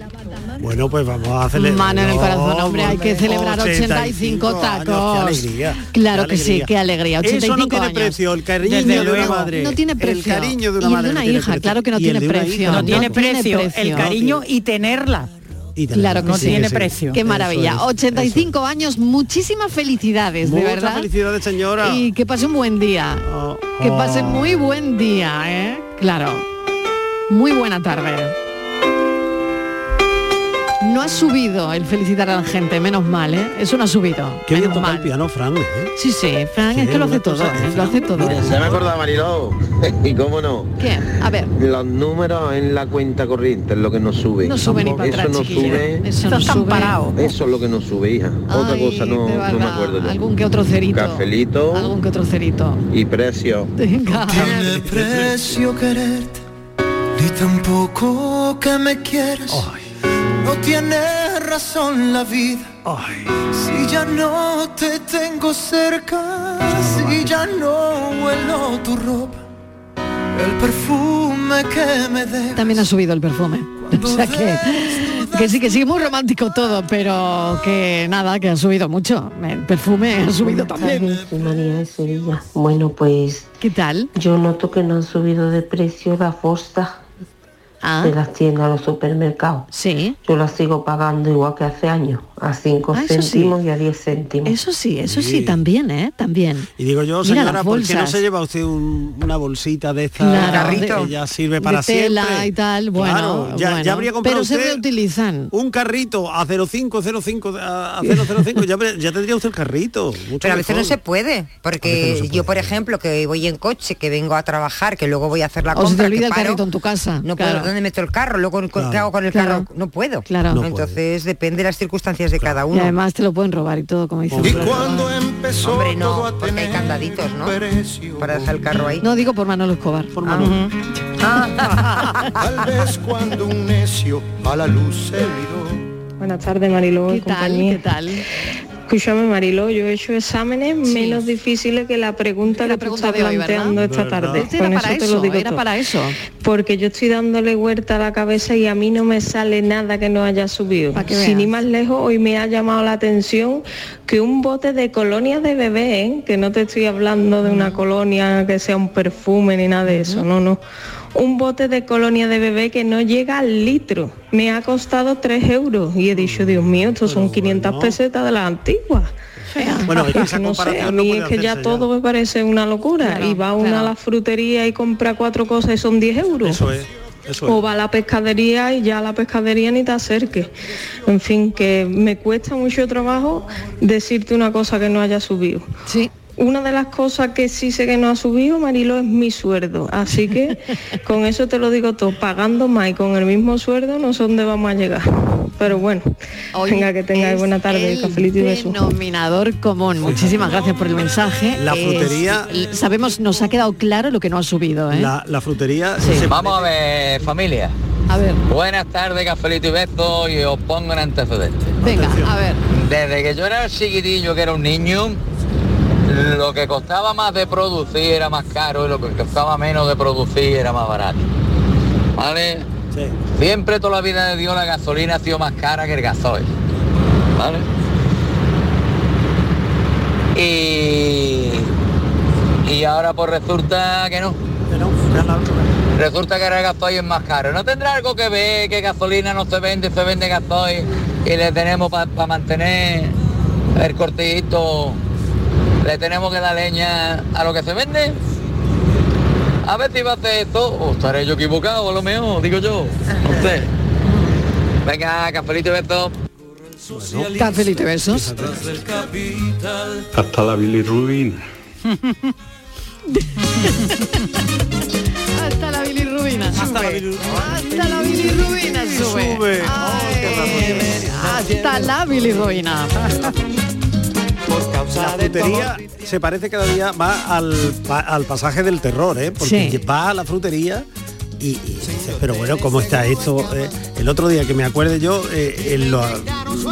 [SPEAKER 6] Bueno, pues vamos a celebrar.
[SPEAKER 2] Mano en el
[SPEAKER 6] No,
[SPEAKER 2] corazón, hombre, hay que
[SPEAKER 6] hombre,
[SPEAKER 2] celebrar 85,
[SPEAKER 6] años,
[SPEAKER 2] tacos.
[SPEAKER 6] qué alegría,
[SPEAKER 2] Claro
[SPEAKER 6] qué
[SPEAKER 2] que sí,
[SPEAKER 6] alegría.
[SPEAKER 2] qué alegría. 85
[SPEAKER 6] Eso no tiene
[SPEAKER 2] años.
[SPEAKER 6] precio, el cariño
[SPEAKER 2] Desde
[SPEAKER 6] de una
[SPEAKER 2] luego.
[SPEAKER 6] madre.
[SPEAKER 2] No tiene
[SPEAKER 6] El
[SPEAKER 2] precio.
[SPEAKER 6] cariño de una
[SPEAKER 2] y
[SPEAKER 6] madre
[SPEAKER 2] de
[SPEAKER 6] no
[SPEAKER 2] una
[SPEAKER 6] tiene
[SPEAKER 2] hija,
[SPEAKER 6] precio.
[SPEAKER 2] claro que
[SPEAKER 6] Y
[SPEAKER 2] no
[SPEAKER 6] el
[SPEAKER 2] tiene
[SPEAKER 6] de una hija,
[SPEAKER 2] precio.
[SPEAKER 6] no tiene
[SPEAKER 8] precio, el cariño y tenerla.
[SPEAKER 2] Claro que
[SPEAKER 8] no
[SPEAKER 2] sí.
[SPEAKER 8] tiene precio.
[SPEAKER 2] Qué maravilla. 85 años, muchísimas felicidades,
[SPEAKER 6] Muchas
[SPEAKER 2] de verdad.
[SPEAKER 6] felicidades, señora. Oh,
[SPEAKER 2] Y que pase un buen día. Que pase muy buen día, ¿eh? Claro. Muy buena tarde. No ha subido el felicitar a la gente, menos mal, ¿eh? Eso no ha subido.
[SPEAKER 6] Qué bien
[SPEAKER 2] menos
[SPEAKER 6] toca
[SPEAKER 2] mal.
[SPEAKER 6] el piano, Fran. ¿eh?
[SPEAKER 2] Sí, sí, Fran, es que lo hace todo, ¿eh? lo hace todo.
[SPEAKER 19] Mira, ya me acordaba, Mariló. y cómo no.
[SPEAKER 2] ¿Qué? A ver.
[SPEAKER 19] Los números en la cuenta corriente es lo que nos sube.
[SPEAKER 2] No sube ni
[SPEAKER 19] Eso
[SPEAKER 2] para atrás,
[SPEAKER 19] no
[SPEAKER 2] chiquilla.
[SPEAKER 19] sube.
[SPEAKER 2] Eso no Están sube. parados.
[SPEAKER 19] Eso es lo que nos sube, hija. Otra
[SPEAKER 2] Ay,
[SPEAKER 19] cosa no, no me
[SPEAKER 2] de verdad,
[SPEAKER 19] acuerdo yo.
[SPEAKER 2] Algún que otro cerito.
[SPEAKER 19] Cafelito
[SPEAKER 2] Algún que otro cerito.
[SPEAKER 19] y precio.
[SPEAKER 2] Venga.
[SPEAKER 10] tiene precio quererte, ni tampoco que me quieras. No tiene razón la vida. Si ya no te tengo cerca, si ya no huelo tu ropa, el perfume que me dejas.
[SPEAKER 2] También ha subido el perfume. O sea que, que sí, que sí, muy romántico todo, pero que nada, que ha subido mucho. El perfume ha subido también.
[SPEAKER 11] Soy María de Sevilla. Bueno, pues...
[SPEAKER 2] ¿Qué tal?
[SPEAKER 11] Yo noto que no han subido de precio las bolsas de las tiendas, los supermercados.
[SPEAKER 2] Ah. Sí.
[SPEAKER 11] Yo las sigo pagando igual que hace años, a 5
[SPEAKER 2] Ah, eso sí.
[SPEAKER 11] céntimos y a 10 céntimos.
[SPEAKER 2] Eso sí, eso sí, también, ¿eh? También.
[SPEAKER 6] Y digo yo,
[SPEAKER 2] Mira
[SPEAKER 6] señora,
[SPEAKER 2] las
[SPEAKER 6] ¿por qué no
[SPEAKER 2] bolsas.
[SPEAKER 6] se lleva usted un- una bolsita de esta
[SPEAKER 2] Claro.
[SPEAKER 6] que
[SPEAKER 2] Carrito.
[SPEAKER 6] ya sirve para
[SPEAKER 2] de tela
[SPEAKER 6] siempre?
[SPEAKER 2] y tal, bueno,
[SPEAKER 6] Claro, ya,
[SPEAKER 2] bueno.
[SPEAKER 6] ya habría comprado
[SPEAKER 2] pero se
[SPEAKER 6] usted
[SPEAKER 2] reutilizan.
[SPEAKER 6] un carrito a 0505 a a 005, ya, ya tendría usted el carrito. mucho
[SPEAKER 7] Pero a veces no
[SPEAKER 6] mejor.
[SPEAKER 7] se puede, porque yo, por ejemplo, que voy en coche, que vengo a trabajar, que luego voy a hacer la
[SPEAKER 2] O
[SPEAKER 7] compra,
[SPEAKER 2] se te olvida
[SPEAKER 7] que
[SPEAKER 2] el
[SPEAKER 7] paro,
[SPEAKER 2] carrito en tu casa.
[SPEAKER 7] no
[SPEAKER 2] claro.
[SPEAKER 7] puedo, ¿dónde meto el carro? Luego, ¿qué hago con el
[SPEAKER 2] Claro.
[SPEAKER 7] carro? No puedo.
[SPEAKER 2] Claro. No
[SPEAKER 7] Entonces, depende de las circunstancias de cada
[SPEAKER 2] Y
[SPEAKER 7] uno.
[SPEAKER 2] además te lo pueden robar y todo, como dice.
[SPEAKER 7] Y
[SPEAKER 2] Manolo.
[SPEAKER 7] cuando Hombre, no, porque hay candaditos, ¿no? Para dejar el carro ahí.
[SPEAKER 2] No digo por Manolo Escobar. Ah. Por Manolo.
[SPEAKER 7] Ah.
[SPEAKER 10] Tal vez cuando un necio a la luz se miró.
[SPEAKER 9] Buenas tardes, Mariló.
[SPEAKER 2] ¿Qué tal? ¿Qué tal?
[SPEAKER 4] Escúchame, Marilo, yo he hecho exámenes menos difíciles que la pregunta que tú estás
[SPEAKER 2] de hoy, ¿verdad?
[SPEAKER 4] planteando esta
[SPEAKER 2] ¿Verdad?
[SPEAKER 4] tarde.
[SPEAKER 2] Este era
[SPEAKER 4] Con
[SPEAKER 2] para
[SPEAKER 4] eso te
[SPEAKER 2] eso,
[SPEAKER 4] lo digo
[SPEAKER 2] era
[SPEAKER 4] todo.
[SPEAKER 2] para eso.
[SPEAKER 4] Porque yo estoy dándole vuelta a la cabeza y a mí no me sale nada que no haya subido.
[SPEAKER 2] que
[SPEAKER 4] Sin ir más
[SPEAKER 2] veas.
[SPEAKER 4] lejos, hoy me ha llamado la atención que un bote de colonia de bebé, ¿eh? que no te estoy hablando de
[SPEAKER 2] Mm.
[SPEAKER 4] una colonia que sea un perfume ni nada de eso, no, no. Un bote de colonia de bebé que no llega al litro. Me ha costado 3 euros y he
[SPEAKER 2] Mm,
[SPEAKER 4] dicho, Dios mío, estos son 500 pesetas de las antiguas.
[SPEAKER 6] Bueno, es que
[SPEAKER 4] Ah,
[SPEAKER 6] esa
[SPEAKER 4] no sé,
[SPEAKER 6] comparación
[SPEAKER 4] a
[SPEAKER 6] no
[SPEAKER 4] mí
[SPEAKER 6] puede
[SPEAKER 4] es que ya
[SPEAKER 6] hacerse ya.
[SPEAKER 4] todo me parece una locura.
[SPEAKER 6] Claro,
[SPEAKER 4] y va una a la frutería y compra cuatro cosas y son 10 euros.
[SPEAKER 6] Eso es, eso es.
[SPEAKER 4] O va a la pescadería y ya a la pescadería ni te acerques. En fin, que me cuesta mucho trabajo decirte una cosa que no haya subido.
[SPEAKER 2] Sí.
[SPEAKER 4] Una de las cosas que sí sé que no ha subido, Marilo, es mi sueldo. Así que con eso te lo digo todo, pagando más y con el mismo sueldo no sé dónde vamos a llegar. Pero bueno, venga, que tengáis
[SPEAKER 2] es
[SPEAKER 4] buena tarde,
[SPEAKER 2] el
[SPEAKER 4] cafelito y besos.
[SPEAKER 2] Denominador común. Muchísimas gracias por el mensaje.
[SPEAKER 6] La
[SPEAKER 2] Es-
[SPEAKER 6] frutería-
[SPEAKER 2] l- sabemos, nos ha quedado claro lo que no ha subido, ¿eh?
[SPEAKER 6] La, la frutería se
[SPEAKER 12] Vamos a ver, familia.
[SPEAKER 2] A ver.
[SPEAKER 12] Buenas tardes, cafelito y beso, y os pongo en antecedente.
[SPEAKER 2] Venga, a ver.
[SPEAKER 12] Desde que yo era chiquitillo, que era un niño, lo que costaba más de producir era más caro y lo que costaba menos de producir era más barato. ¿Vale? Siempre toda la vida de Dios la gasolina ha sido más cara que el gasoil. ¿Vale? Y, y ahora pues resulta que no. Resulta que ahora el gasoil es más caro. ¿No tendrá algo que ver que gasolina no se vende, se vende gasoil y le tenemos para mantener el cortillito, le tenemos que dar leña a lo que se vende? A ver si va a hacer esto, o estaré yo equivocado a lo mejor, digo yo. No sé. Venga, cafelito y beso.
[SPEAKER 2] Cafelito y besos.
[SPEAKER 13] Hasta la bilirrubina.
[SPEAKER 2] Hasta la bilirrubina
[SPEAKER 6] Hasta la
[SPEAKER 2] sube. Hasta la bilirrubina sube. Ay, Hasta la bilirrubina.
[SPEAKER 6] La frutería se parece cada día más al, pa- al pasaje del terror, ¿eh? Porque va a la frutería y, y dices, pero bueno, ¿cómo está esto? Eh, el otro día que me acuerde yo, eh, en los-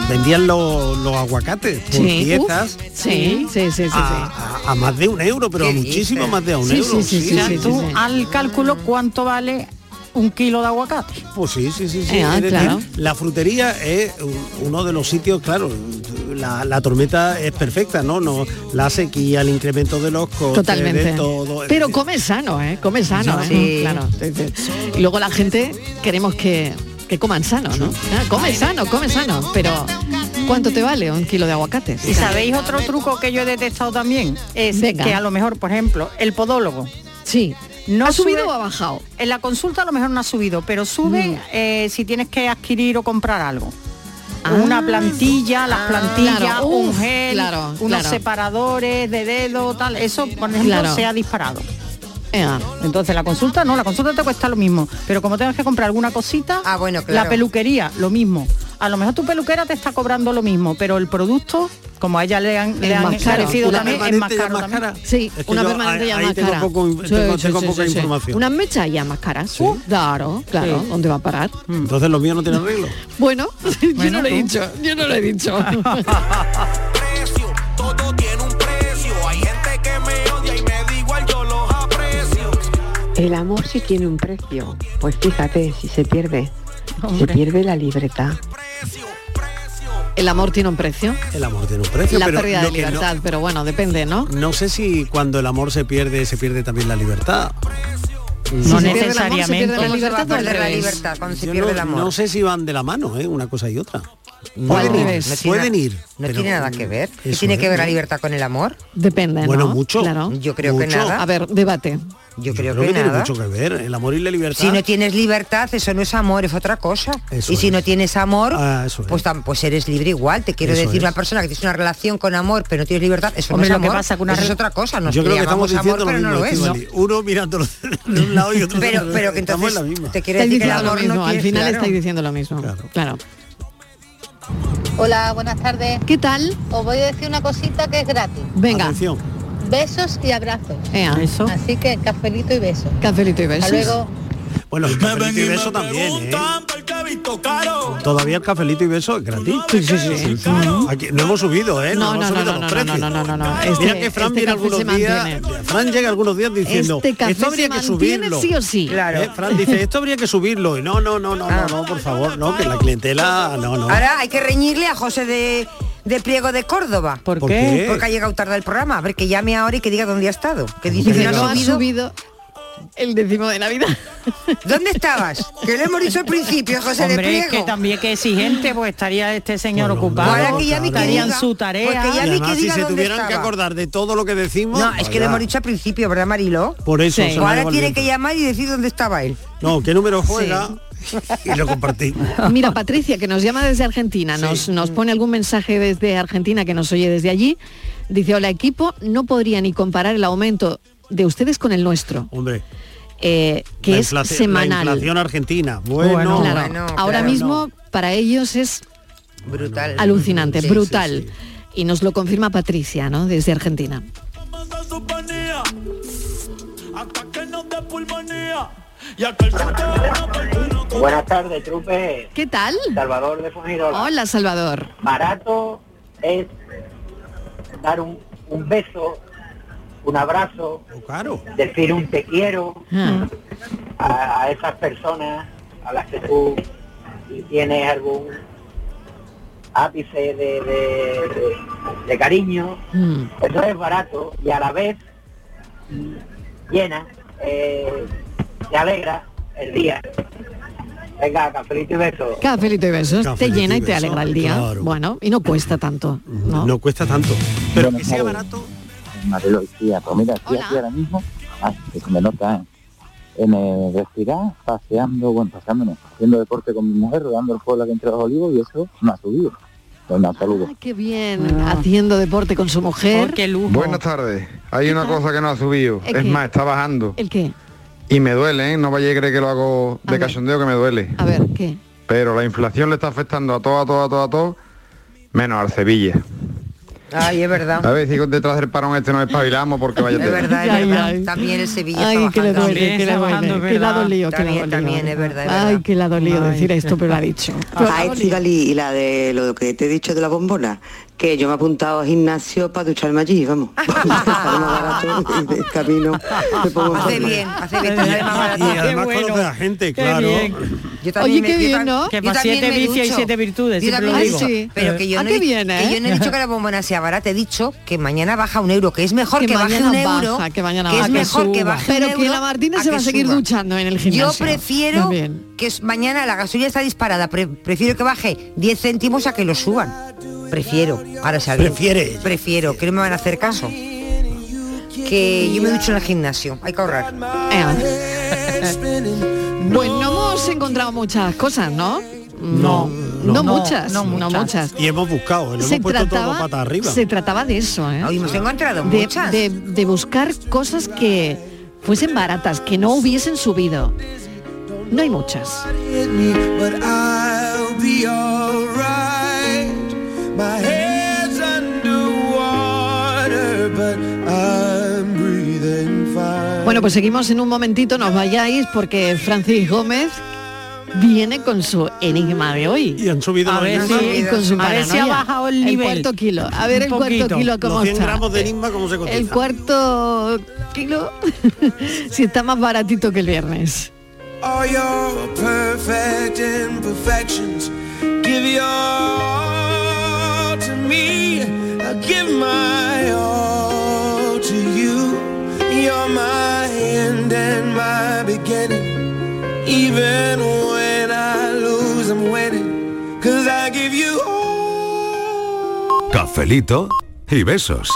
[SPEAKER 6] vendían los- los aguacates por
[SPEAKER 2] Sí.
[SPEAKER 6] piezas.
[SPEAKER 2] Uf, sí, sí, sí, sí, sí.
[SPEAKER 6] A, a- a más de un euro, pero a muchísimo más de un
[SPEAKER 8] Sí,
[SPEAKER 6] euro.
[SPEAKER 8] sí, sí, sí, sí, tú al cálculo cuánto vale un kilo de aguacate.
[SPEAKER 6] Pues sí, sí, sí, sí.
[SPEAKER 8] Eh, ah,
[SPEAKER 6] Es decir,
[SPEAKER 8] claro.
[SPEAKER 6] La frutería es un- uno de los sitios, claro, la, la tormenta es perfecta, ¿no? no La sequía, el incremento de los costes, de
[SPEAKER 2] Totalmente.
[SPEAKER 6] todo.
[SPEAKER 2] Pero come sano, ¿eh? Come sano,
[SPEAKER 6] Sí.
[SPEAKER 2] ¿eh? Claro. Y luego la gente queremos que, que coman sano, ¿no? Ah, come sano, come sano. Pero ¿cuánto te vale un kilo de aguacates?
[SPEAKER 8] Y sabéis otro truco que yo he detectado también es
[SPEAKER 2] Venga.
[SPEAKER 8] que a lo mejor, por ejemplo, el podólogo.
[SPEAKER 2] Sí.
[SPEAKER 8] No
[SPEAKER 2] ¿Ha
[SPEAKER 8] sube-
[SPEAKER 2] subido o ha bajado? Mm.
[SPEAKER 8] En la consulta a lo mejor no ha subido, pero sube eh, si tienes que adquirir o comprar algo. Una plantilla, las plantillas,
[SPEAKER 2] Ah. claro,
[SPEAKER 8] un
[SPEAKER 2] uf,
[SPEAKER 8] gel,
[SPEAKER 2] claro,
[SPEAKER 8] unos
[SPEAKER 2] claro.
[SPEAKER 8] separadores de dedo, tal. Eso, por ejemplo,
[SPEAKER 2] Claro.
[SPEAKER 8] se ha disparado. Entonces la consulta no, la consulta te cuesta lo mismo, pero como tengas que comprar alguna cosita,
[SPEAKER 7] claro.
[SPEAKER 8] la peluquería, lo mismo. A lo mejor tu peluquera te está cobrando lo mismo, pero el producto, como a ella le han, le han encarecido también, es más caro. también.
[SPEAKER 2] Sí,
[SPEAKER 8] Es que
[SPEAKER 2] una
[SPEAKER 8] yo
[SPEAKER 2] permanente
[SPEAKER 8] ahí-
[SPEAKER 2] ya
[SPEAKER 8] ahí
[SPEAKER 2] más
[SPEAKER 8] tengo
[SPEAKER 2] cara.
[SPEAKER 8] poco in- tengo- tengo poca información.
[SPEAKER 2] Una mecha ya más cara. Uh, claro, claro.
[SPEAKER 6] Sí.
[SPEAKER 2] ¿Dónde va a parar?
[SPEAKER 8] Mm.
[SPEAKER 6] Entonces los míos no tienen arreglo.
[SPEAKER 2] Bueno, yo no lo he dicho, yo no lo he dicho.
[SPEAKER 12] Todo tiene un precio, hay gente que me odia y me da igual, yo los aprecio.
[SPEAKER 14] El amor sí tiene un precio. Pues fíjate, si se pierde,
[SPEAKER 2] Hombre.
[SPEAKER 14] se pierde la libertad.
[SPEAKER 2] El amor tiene un precio.
[SPEAKER 6] El amor tiene un precio,
[SPEAKER 2] la
[SPEAKER 6] pero
[SPEAKER 2] pérdida
[SPEAKER 6] lo
[SPEAKER 2] de
[SPEAKER 6] que no-
[SPEAKER 2] libertad, pero bueno, depende, ¿no?
[SPEAKER 6] No sé si cuando el amor se pierde, se pierde también la libertad.
[SPEAKER 2] No Si se pierde el amor, se pierde la
[SPEAKER 7] ¿Cómo se va a
[SPEAKER 2] libertad o al
[SPEAKER 7] perder la
[SPEAKER 2] revés?
[SPEAKER 7] libertad cuando se
[SPEAKER 6] Yo
[SPEAKER 7] pierde
[SPEAKER 6] no,
[SPEAKER 7] el amor?
[SPEAKER 6] no sé si van de la mano, ¿eh? una cosa y otra.
[SPEAKER 7] No,
[SPEAKER 6] pueden
[SPEAKER 7] no
[SPEAKER 6] ir,
[SPEAKER 7] tiene-
[SPEAKER 6] pueden ir.
[SPEAKER 7] No
[SPEAKER 6] pero-
[SPEAKER 7] tiene nada que ver. ¿Qué
[SPEAKER 6] Eso
[SPEAKER 7] tiene que
[SPEAKER 6] es,
[SPEAKER 7] ver la
[SPEAKER 6] ¿no?
[SPEAKER 7] libertad con el amor?
[SPEAKER 2] Depende,
[SPEAKER 6] Bueno,
[SPEAKER 2] ¿no?
[SPEAKER 6] mucho.
[SPEAKER 2] Claro.
[SPEAKER 7] Yo creo que Mucho. nada.
[SPEAKER 2] A ver, debate.
[SPEAKER 7] Yo creo,
[SPEAKER 6] Creo que
[SPEAKER 7] que,
[SPEAKER 6] tiene
[SPEAKER 7] nada.
[SPEAKER 6] mucho que ver, el amor y la libertad.
[SPEAKER 7] Si no tienes libertad, eso no es amor, es otra cosa. y si no tienes amor, pues, tam- pues eres libre igual. Te quiero
[SPEAKER 6] Ah, Eso
[SPEAKER 7] decir,
[SPEAKER 6] es.
[SPEAKER 7] una persona que tienes una relación con amor, pero no tienes libertad, eso
[SPEAKER 8] Hombre,
[SPEAKER 7] no
[SPEAKER 8] lo
[SPEAKER 7] es
[SPEAKER 8] que
[SPEAKER 7] amor.
[SPEAKER 8] pasa con una
[SPEAKER 7] eso es
[SPEAKER 8] re-
[SPEAKER 7] otra cosa. Nos
[SPEAKER 6] Yo creo que
[SPEAKER 7] llamamos
[SPEAKER 6] estamos diciendo
[SPEAKER 7] amor,
[SPEAKER 6] lo mismo,
[SPEAKER 7] pero no lo es.
[SPEAKER 6] Estíbaliz. uno mirándolo de un lado y otro
[SPEAKER 7] Pero-
[SPEAKER 6] de otro.
[SPEAKER 7] pero que
[SPEAKER 6] Estamos en la
[SPEAKER 7] entonces
[SPEAKER 6] misma.
[SPEAKER 7] te quiero
[SPEAKER 2] Estáis
[SPEAKER 7] decir que el
[SPEAKER 2] diciendo lo
[SPEAKER 7] amor no
[SPEAKER 2] mismo, al
[SPEAKER 7] tiene-
[SPEAKER 2] final
[SPEAKER 7] claro.
[SPEAKER 2] estáis diciendo lo mismo. Claro.
[SPEAKER 15] Hola, buenas tardes.
[SPEAKER 2] ¿Qué tal?
[SPEAKER 15] Os voy a decir una cosita que es gratis.
[SPEAKER 2] Venga.
[SPEAKER 15] Besos y abrazos.
[SPEAKER 2] Ea. Eso.
[SPEAKER 15] Así que cafelito y besos.
[SPEAKER 2] Cafelito y besos.
[SPEAKER 15] Hasta luego.
[SPEAKER 6] Bueno, el cafelito y beso también, ¿eh?
[SPEAKER 26] visto caro.
[SPEAKER 6] Todavía el cafelito y beso es gratis.
[SPEAKER 2] Sí, sí, sí.
[SPEAKER 6] Aquí, no hemos subido, ¿eh?
[SPEAKER 2] No,
[SPEAKER 6] hemos
[SPEAKER 2] no, no,
[SPEAKER 6] subido
[SPEAKER 2] no,
[SPEAKER 6] los
[SPEAKER 2] no,
[SPEAKER 6] precios.
[SPEAKER 2] no, no, no, no.
[SPEAKER 6] Mira
[SPEAKER 2] Este-
[SPEAKER 6] que Fran
[SPEAKER 2] este
[SPEAKER 6] viene
[SPEAKER 2] café se
[SPEAKER 6] algunos días.
[SPEAKER 2] mantiene.
[SPEAKER 6] Fran llega algunos días diciendo,
[SPEAKER 2] Este café
[SPEAKER 6] esto habría
[SPEAKER 2] se
[SPEAKER 6] que
[SPEAKER 2] mantiene
[SPEAKER 6] subirlo.
[SPEAKER 2] sí o sí. Claro.
[SPEAKER 6] Eh, Fran dice, esto habría que subirlo. Y no, no, no, no, no, no, por favor, no, que la clientela, no, no.
[SPEAKER 7] Ahora hay que reñirle a José de, de Pliego de Córdoba. ¿Por,
[SPEAKER 6] ¿Por qué? qué?
[SPEAKER 7] Porque ha llegado tarde al programa. A ver, que llame ahora y que diga dónde ha estado. Que dice que no
[SPEAKER 2] no
[SPEAKER 7] ha
[SPEAKER 2] ha
[SPEAKER 7] subido.
[SPEAKER 2] subido el décimo de Navidad.
[SPEAKER 7] ¿Dónde estabas? Que lo hemos dicho al principio, José de
[SPEAKER 8] Hombre, es que
[SPEAKER 7] Pliego.
[SPEAKER 8] también que exigente, pues estaría este señor ocupado.
[SPEAKER 7] Ahora que ya ni que
[SPEAKER 8] estaría en
[SPEAKER 7] diga,
[SPEAKER 8] su tarea.
[SPEAKER 7] porque ya ni que
[SPEAKER 6] Además, Ah, si
[SPEAKER 7] diga
[SPEAKER 6] se
[SPEAKER 7] dónde
[SPEAKER 6] tuvieran que
[SPEAKER 7] estaba.
[SPEAKER 6] acordar de todo lo que decimos.
[SPEAKER 7] No, es que
[SPEAKER 6] vaya.
[SPEAKER 7] lo hemos dicho al principio, ¿verdad, Marilo?
[SPEAKER 6] Por eso, se
[SPEAKER 7] O
[SPEAKER 6] me
[SPEAKER 7] ahora
[SPEAKER 6] va el
[SPEAKER 7] tiene
[SPEAKER 6] viento.
[SPEAKER 7] que llamar y decir dónde estaba él.
[SPEAKER 6] No, qué número juega y lo compartí.
[SPEAKER 2] Mira, Patricia, que nos llama desde Argentina, nos, nos pone algún mensaje desde Argentina que nos oye desde allí. Dice, hola equipo, no podría ni comparar el aumento de ustedes con el nuestro,
[SPEAKER 6] Hombre,
[SPEAKER 2] eh, que
[SPEAKER 6] la
[SPEAKER 2] es
[SPEAKER 6] inflación-
[SPEAKER 2] semanal.
[SPEAKER 6] La inflación argentina. Bueno,
[SPEAKER 2] Claro, ahora mismo para ellos es
[SPEAKER 7] brutal.
[SPEAKER 2] Mm. alucinante, brutal. Y nos lo confirma Patricia, ¿no? Desde Argentina.
[SPEAKER 3] Buenas tardes, trupe.
[SPEAKER 2] ¿Qué tal?
[SPEAKER 3] Salvador de Fumirola.
[SPEAKER 2] Hola, Salvador.
[SPEAKER 3] Barato es dar un, un beso, un abrazo, decir un te quiero a, a esas personas a las que tú tienes algún ápice de, de- de- de cariño. Eso es barato y a la vez llena, eh, te alegra el día. Venga, cafelito y beso.
[SPEAKER 2] Cafelito y besos,
[SPEAKER 3] Cafelito
[SPEAKER 2] te
[SPEAKER 3] y
[SPEAKER 2] llena y, te
[SPEAKER 3] besos,
[SPEAKER 2] alegra el día.
[SPEAKER 3] claro.
[SPEAKER 2] Bueno, y no cuesta tanto, ¿no?
[SPEAKER 6] No cuesta tanto. Pero que sea
[SPEAKER 3] barato. Marilo, tía, pues mira, estoy aquí ahora mismo. Ay, que se me nota. ¿eh? En el respirar, paseando, bueno, paseándonos, haciendo deporte con mi mujer, rodando el pueblo aquí entre los olivos y eso no ha subido. Pues Bueno, saludos.
[SPEAKER 2] Qué bien, haciendo deporte con su mujer. Oh, qué lujo.
[SPEAKER 13] Buenas tardes. Hay una cosa que no ha subido.
[SPEAKER 2] ¿El
[SPEAKER 13] Es
[SPEAKER 2] qué?
[SPEAKER 13] más, está bajando.
[SPEAKER 2] ¿El qué?
[SPEAKER 13] Y me duele, ¿eh? No vaya a creer que lo hago de cachondeo que me duele.
[SPEAKER 2] A ver, ¿qué?
[SPEAKER 13] Pero la inflación le está afectando a todo, a todo, a todo, a todo, menos al Sevilla.
[SPEAKER 7] Ay, es verdad.
[SPEAKER 13] A ver si detrás del parón este nos espabilamos porque vaya
[SPEAKER 7] Es
[SPEAKER 13] tela.
[SPEAKER 7] verdad, es verdad. También el Sevilla
[SPEAKER 2] Ay,
[SPEAKER 7] está
[SPEAKER 2] que le
[SPEAKER 7] bajando.
[SPEAKER 2] duele, que le duele. Que le ha dolido, que le ha
[SPEAKER 7] También,
[SPEAKER 2] dolido.
[SPEAKER 7] también, es verdad.
[SPEAKER 2] Ay, que le ha dolido decir esto, pero lo ha dicho.
[SPEAKER 16] Ah, Estivali, y la de lo que te he dicho de la bombona, que yo me he apuntado al gimnasio para ducharme allí, vamos. Sale más barato y de camino me pongo en
[SPEAKER 7] Hace
[SPEAKER 16] forma.
[SPEAKER 7] bien, hace bien. te sale más barato.
[SPEAKER 6] Y además conoce a la gente, claro.
[SPEAKER 7] Yo también
[SPEAKER 8] Oye, qué
[SPEAKER 7] yo
[SPEAKER 8] bien,
[SPEAKER 7] tam-
[SPEAKER 8] ¿no?
[SPEAKER 7] yo
[SPEAKER 8] Que para
[SPEAKER 7] también
[SPEAKER 8] siete
[SPEAKER 7] me
[SPEAKER 8] vicios hay
[SPEAKER 7] ducho.
[SPEAKER 8] siete virtudes,
[SPEAKER 7] Yo
[SPEAKER 8] siempre lo
[SPEAKER 7] también
[SPEAKER 8] digo.
[SPEAKER 7] me ducho,
[SPEAKER 8] Sí.
[SPEAKER 7] Pero que yo,
[SPEAKER 8] Ah,
[SPEAKER 7] no
[SPEAKER 8] qué
[SPEAKER 7] he,
[SPEAKER 8] bien,
[SPEAKER 7] que
[SPEAKER 8] ¿eh?
[SPEAKER 7] yo no he dicho que la bombona sea barata, he dicho que mañana baja un euro, que es mejor que,
[SPEAKER 2] Que
[SPEAKER 7] baje
[SPEAKER 2] mañana
[SPEAKER 7] un euro.
[SPEAKER 2] baja, que mañana
[SPEAKER 7] es
[SPEAKER 2] baja, que
[SPEAKER 7] mejor que
[SPEAKER 2] suba.
[SPEAKER 7] baje
[SPEAKER 2] Pero
[SPEAKER 7] un
[SPEAKER 2] que
[SPEAKER 7] euro.
[SPEAKER 2] la Martina se
[SPEAKER 7] que
[SPEAKER 2] va a seguir duchando en el
[SPEAKER 7] Yo
[SPEAKER 2] gimnasio.
[SPEAKER 7] prefiero
[SPEAKER 2] También.
[SPEAKER 7] que es- mañana la gasolina está disparada, pre- prefiero que baje 10 céntimos a que lo suban. Prefiero. Ahora sabes.
[SPEAKER 6] Prefiere.
[SPEAKER 7] Prefiero, que no me van a hacer caso. Que yo me ducho en el gimnasio, hay que ahorrar.
[SPEAKER 2] Eh, Pues no hemos encontrado muchas cosas, ¿no?
[SPEAKER 6] No,
[SPEAKER 2] No, muchas, no, muchas.
[SPEAKER 6] Y hemos buscado, lo hemos
[SPEAKER 2] Se
[SPEAKER 6] puesto todo
[SPEAKER 2] trataba,
[SPEAKER 6] pata arriba.
[SPEAKER 2] se trataba de eso, ¿eh?
[SPEAKER 7] Hoy hemos encontrado
[SPEAKER 2] de,
[SPEAKER 7] muchas.
[SPEAKER 2] De, de buscar cosas que fuesen baratas, que no hubiesen subido. No hay muchas.
[SPEAKER 26] But I'll be alright. My head's underwater, but I'm breathing fine.
[SPEAKER 2] Bueno, pues seguimos en un momentito, nos vayáis, porque Francis Gómez viene con su enigma de hoy.
[SPEAKER 6] Y han subido
[SPEAKER 2] a
[SPEAKER 6] los
[SPEAKER 2] ver si,
[SPEAKER 6] enigmas.
[SPEAKER 2] y con su
[SPEAKER 6] A ver si
[SPEAKER 2] paranoia.
[SPEAKER 6] ha bajado el nivel.
[SPEAKER 2] cuarto kilo. A ver
[SPEAKER 6] Un
[SPEAKER 2] el cuarto
[SPEAKER 6] poquito.
[SPEAKER 2] kilo cómo
[SPEAKER 6] Los 100
[SPEAKER 2] está.
[SPEAKER 6] gramos de enigma, ¿cómo se cotiza?
[SPEAKER 2] El cuarto kilo, si está más baratito que el viernes.
[SPEAKER 26] All your perfect imperfections. Give your all to me. I give my all to you. You're my end and my beginning. Even when I lose, I'm winning. Cause I give you all.
[SPEAKER 1] Cafelito y besos.